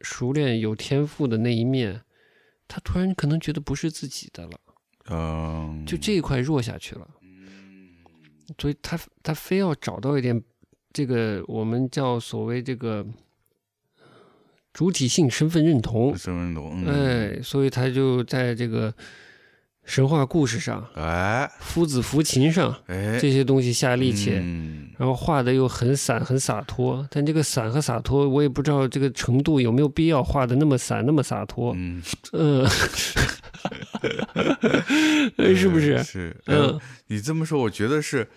熟练、有天赋的那一面，他突然可能觉得不是自己的了，
呃，
就这一块弱下去了。
嗯
所以他他非要找到一点这个我们叫所谓这个主体性身份认同，
身份懂，嗯
哎，所以他就在这个神话故事上、
哎
夫子扶琴上
哎，
这些东西下力气。
嗯
然后画的又很散很洒脱，但这个散和洒脱，我也不知道这个程度有没有必要画的那么散那么洒脱，
嗯，
嗯，哎是不是？
是，嗯
嗯，
你这么说，我觉得是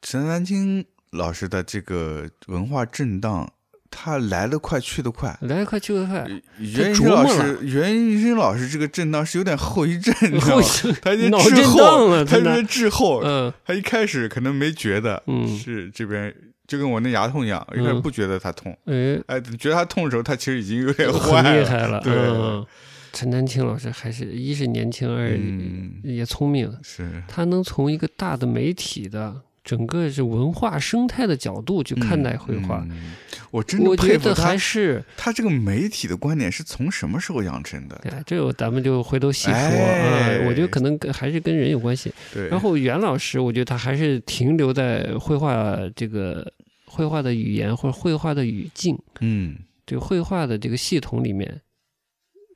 陈丹青老师的这个文化震荡，他来得快，去得快。
来得快去得快，
袁医
琢
生老
磨
师，袁医生老师这个震荡是有点后遗症， 你知道
后
吗？ 他已经
遗脑
滞
震荡
后
了，
他
他
有
那
点滞后，
嗯
他一开始可能没觉得，
嗯
是这边就跟我那牙痛一样，一开始
嗯
不觉得它痛，
哎，
哎，觉得它痛的时候，它其实已经有点
很
坏
厉
了，
害了，
对
嗯。陈丹青老师还是一是年轻，二
嗯
也聪明，
是，
他能从一个大的媒体的整个是文化生态的角度去看待绘画，
嗯。嗯我真的
我觉
佩服
得
他
还，是
他这个媒体的观点是从什么时候养成的？
哎，这个咱们就回头细说啊、
哎
我觉得可能跟还是跟人有关系。
对，
然后袁老师，我觉得他还是停留在绘画这个绘画的语言或者绘画的语境，
嗯
这个绘画的这个系统里面，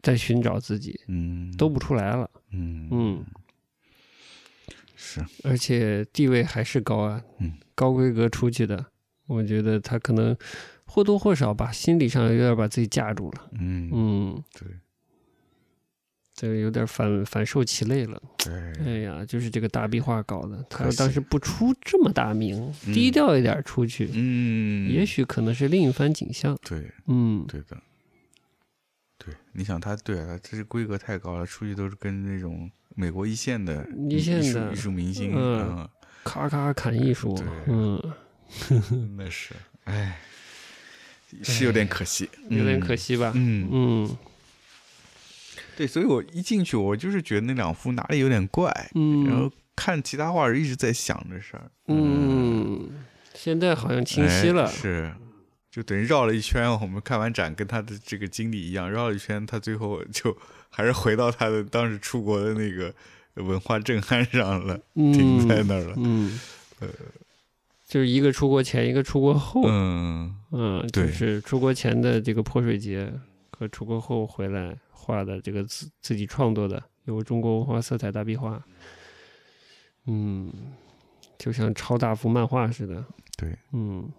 在寻找自己，
嗯，
都不出来了。
嗯
嗯，
是
而且地位还是高啊，
嗯，
高规格出去的，我觉得他可能或多或少吧，心理上有点把自己架住了。
嗯
嗯，
对
这个有点反反受其累了。
对
哎呀，就是这个大壁画搞的，他
可
要
惜
当时不出这么大名，
嗯
低调一点出去，
嗯，
也许可能是另一番景象。
对
嗯，
对的。对，你想他对啊，他这规格太高了，出去都是跟那种美国一线的
一线
艺术
的
艺术明星，啊
嗯 咔咔砍艺术
对，
嗯，
嗯，那是，哎，是有点可惜，
哎有点可
惜。
惜吧？
嗯，
嗯
对，所以我一进去，我就是觉得那两幅哪里有点怪，然
嗯
后看其他画儿一直在想这事儿，
嗯，现在好像清晰
哎
了。
是，就等于绕了一圈。我们看完展，跟他的这个经历一样，绕了一圈，他最后就还是回到他的当时出国的那个文化震撼上了，停在
嗯
那儿了。
嗯，就是一个出国前，一个出国后。
嗯，
嗯，就
对
是出国前的这个泼水节和出国后回来画的这个自自己创作的有中国文化色彩大壁画，嗯，就像超大幅漫画似的，
对，
嗯。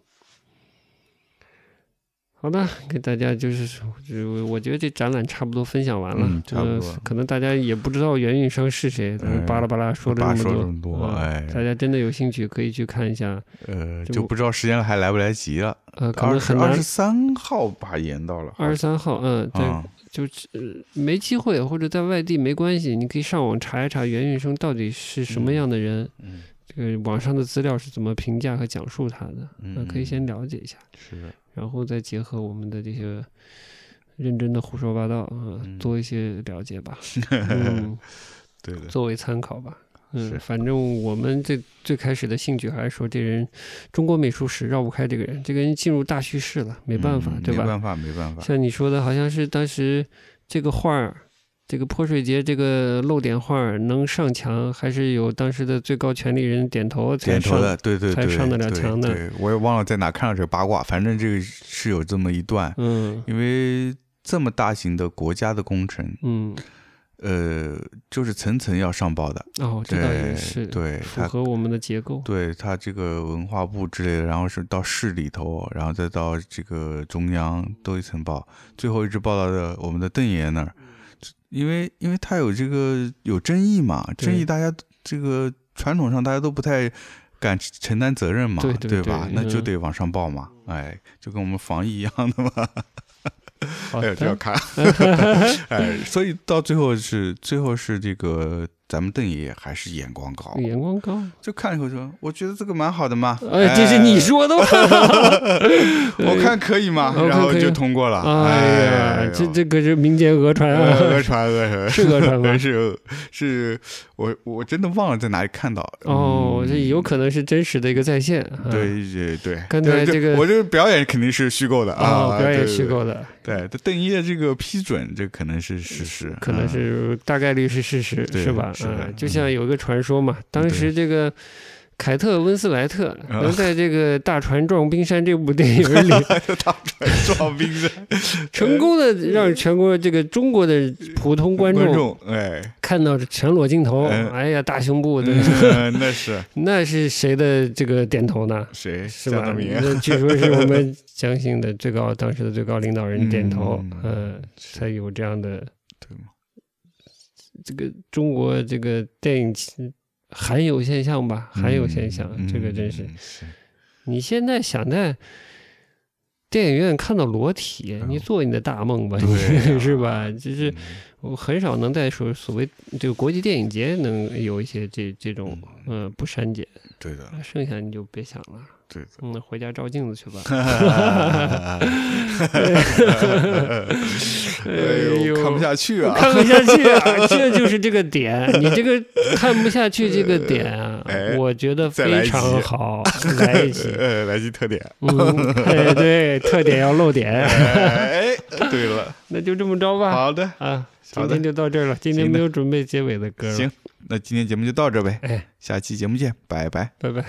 好的，给大家就是，就我觉得这展览差不多分享完了，
嗯差不多
呃可能大家也不知道袁运生是谁，但是
哎
巴拉巴拉说了
巴
这
说
么
这
多，
么多
嗯
哎
大家真的有兴趣可以去看一下，
呃，
就
就不知道时间还来不来及了。
呃，可
二
能
十
很难
二十三号吧，延到了。
二十三号，嗯，对，
啊，
就是、呃没机会或者在外地没关系，你可以上网查一查袁运生到底是什么样的人，
嗯
这个网上的资料是怎么评价和讲述他的，呃
嗯
那可以先了解一下，
是的，
然后再结合我们的这些认真的胡说八道啊，
嗯
做一些了解吧，嗯，
对的，
作为参考吧。嗯
是，
反正我们这最开始的兴趣还是说这人，中国美术史绕不开这个人，这个人进入大叙事了，没办法，
嗯
对吧？
没办法，没办法。
像你说的，好像是当时这个画儿，这个泼水节这个漏点画儿能上墙，还是有当时的最高权力人点头才
点
上
头的，对对
才
对，
上得了
对
墙的
对，我也忘了在哪看到这个八卦，反正这个是有这么一段，
嗯
因为这么大型的国家的工程，
嗯，
呃，就是层层要上报的，
哦，这倒也
对
是，
对，
符
它
合我们的结构。
对它这个文化部之类的，然后是到市里头，然后再到这个中央
嗯
都一层报，最后一直报到的我们的邓爷爷那
嗯
儿，因为因为他有这个有争议嘛，
对
争议大家这个传统上大家都不太。敢承担责任嘛，
对对
吧？
对
那就
嗯
得往上报嘛，哎，就跟我们防疫一样的嘛，
好
哎呦，这
的，
要看，哎，所以到最后是最后是这个咱们邓爷爷还是眼光高，
眼光高。
就看以后说，我觉得这个哎蛮好的嘛，
哎，这是你说的吗？
我看可以嘛，
哎
然后
OK，可以
就通过了。
哎呀，
呦
这这个是民间讹传
呃讹
啊，
传讹传？
是讹传吗
是是，我我真的忘了在哪里看到。
哦，
嗯
这有可能是真实的一个再现。啊，
对对对，
刚才
对对
这个
我这个表演肯定是虚构的
哦
啊，，
表演
对
虚。构的，
对对，对邓爷这个批准，这可能是事实，
可能
嗯
是大概率是事实，
对
是吧？
是的
嗯就像有一个传说嘛，当时这个。凯特·温斯莱特
啊
能在这个《大船撞冰山》这部电影 里
大船撞冰山
成功的让全国这个中国的普通观
观
众
众，哎，
看到全裸镜头，
嗯
哎呀，大胸部的，
嗯那是
那是谁的这个点头呢？
谁？
是
江
吧
泽？民
那据说是我们江姓的最高当时的最高领导人点头，
嗯
嗯、才有这样的
对吗？
这个中国这个电影其罕有现象吧，罕有现象，
嗯
这个真是。
嗯是
你现在想在电影院看到裸体，
嗯
你做你的大梦吧，
对啊
是吧？就是
嗯
我很少能在所所谓这个国际电影节能有一些这这种嗯、呃不删减，
对的，
剩下你就别想了。
对的。
嗯，回家照镜子去 吧。
哎呦，看不下去啊！
看不下去啊，这就是这个点。你这个看不下去这个点啊，
哎
我觉得
再来
非
一
常
集
好，来一 集。
呃，来句特点。
嗯，哎，对，特点要露 点，
哎，对了，
那就这么着吧。
好的，
啊，今
好的
天就到这儿了。今天
行的
没有准备结尾的歌了，
行，那今天节目就到这呗，
哎，
下期节目见，拜拜。
拜拜。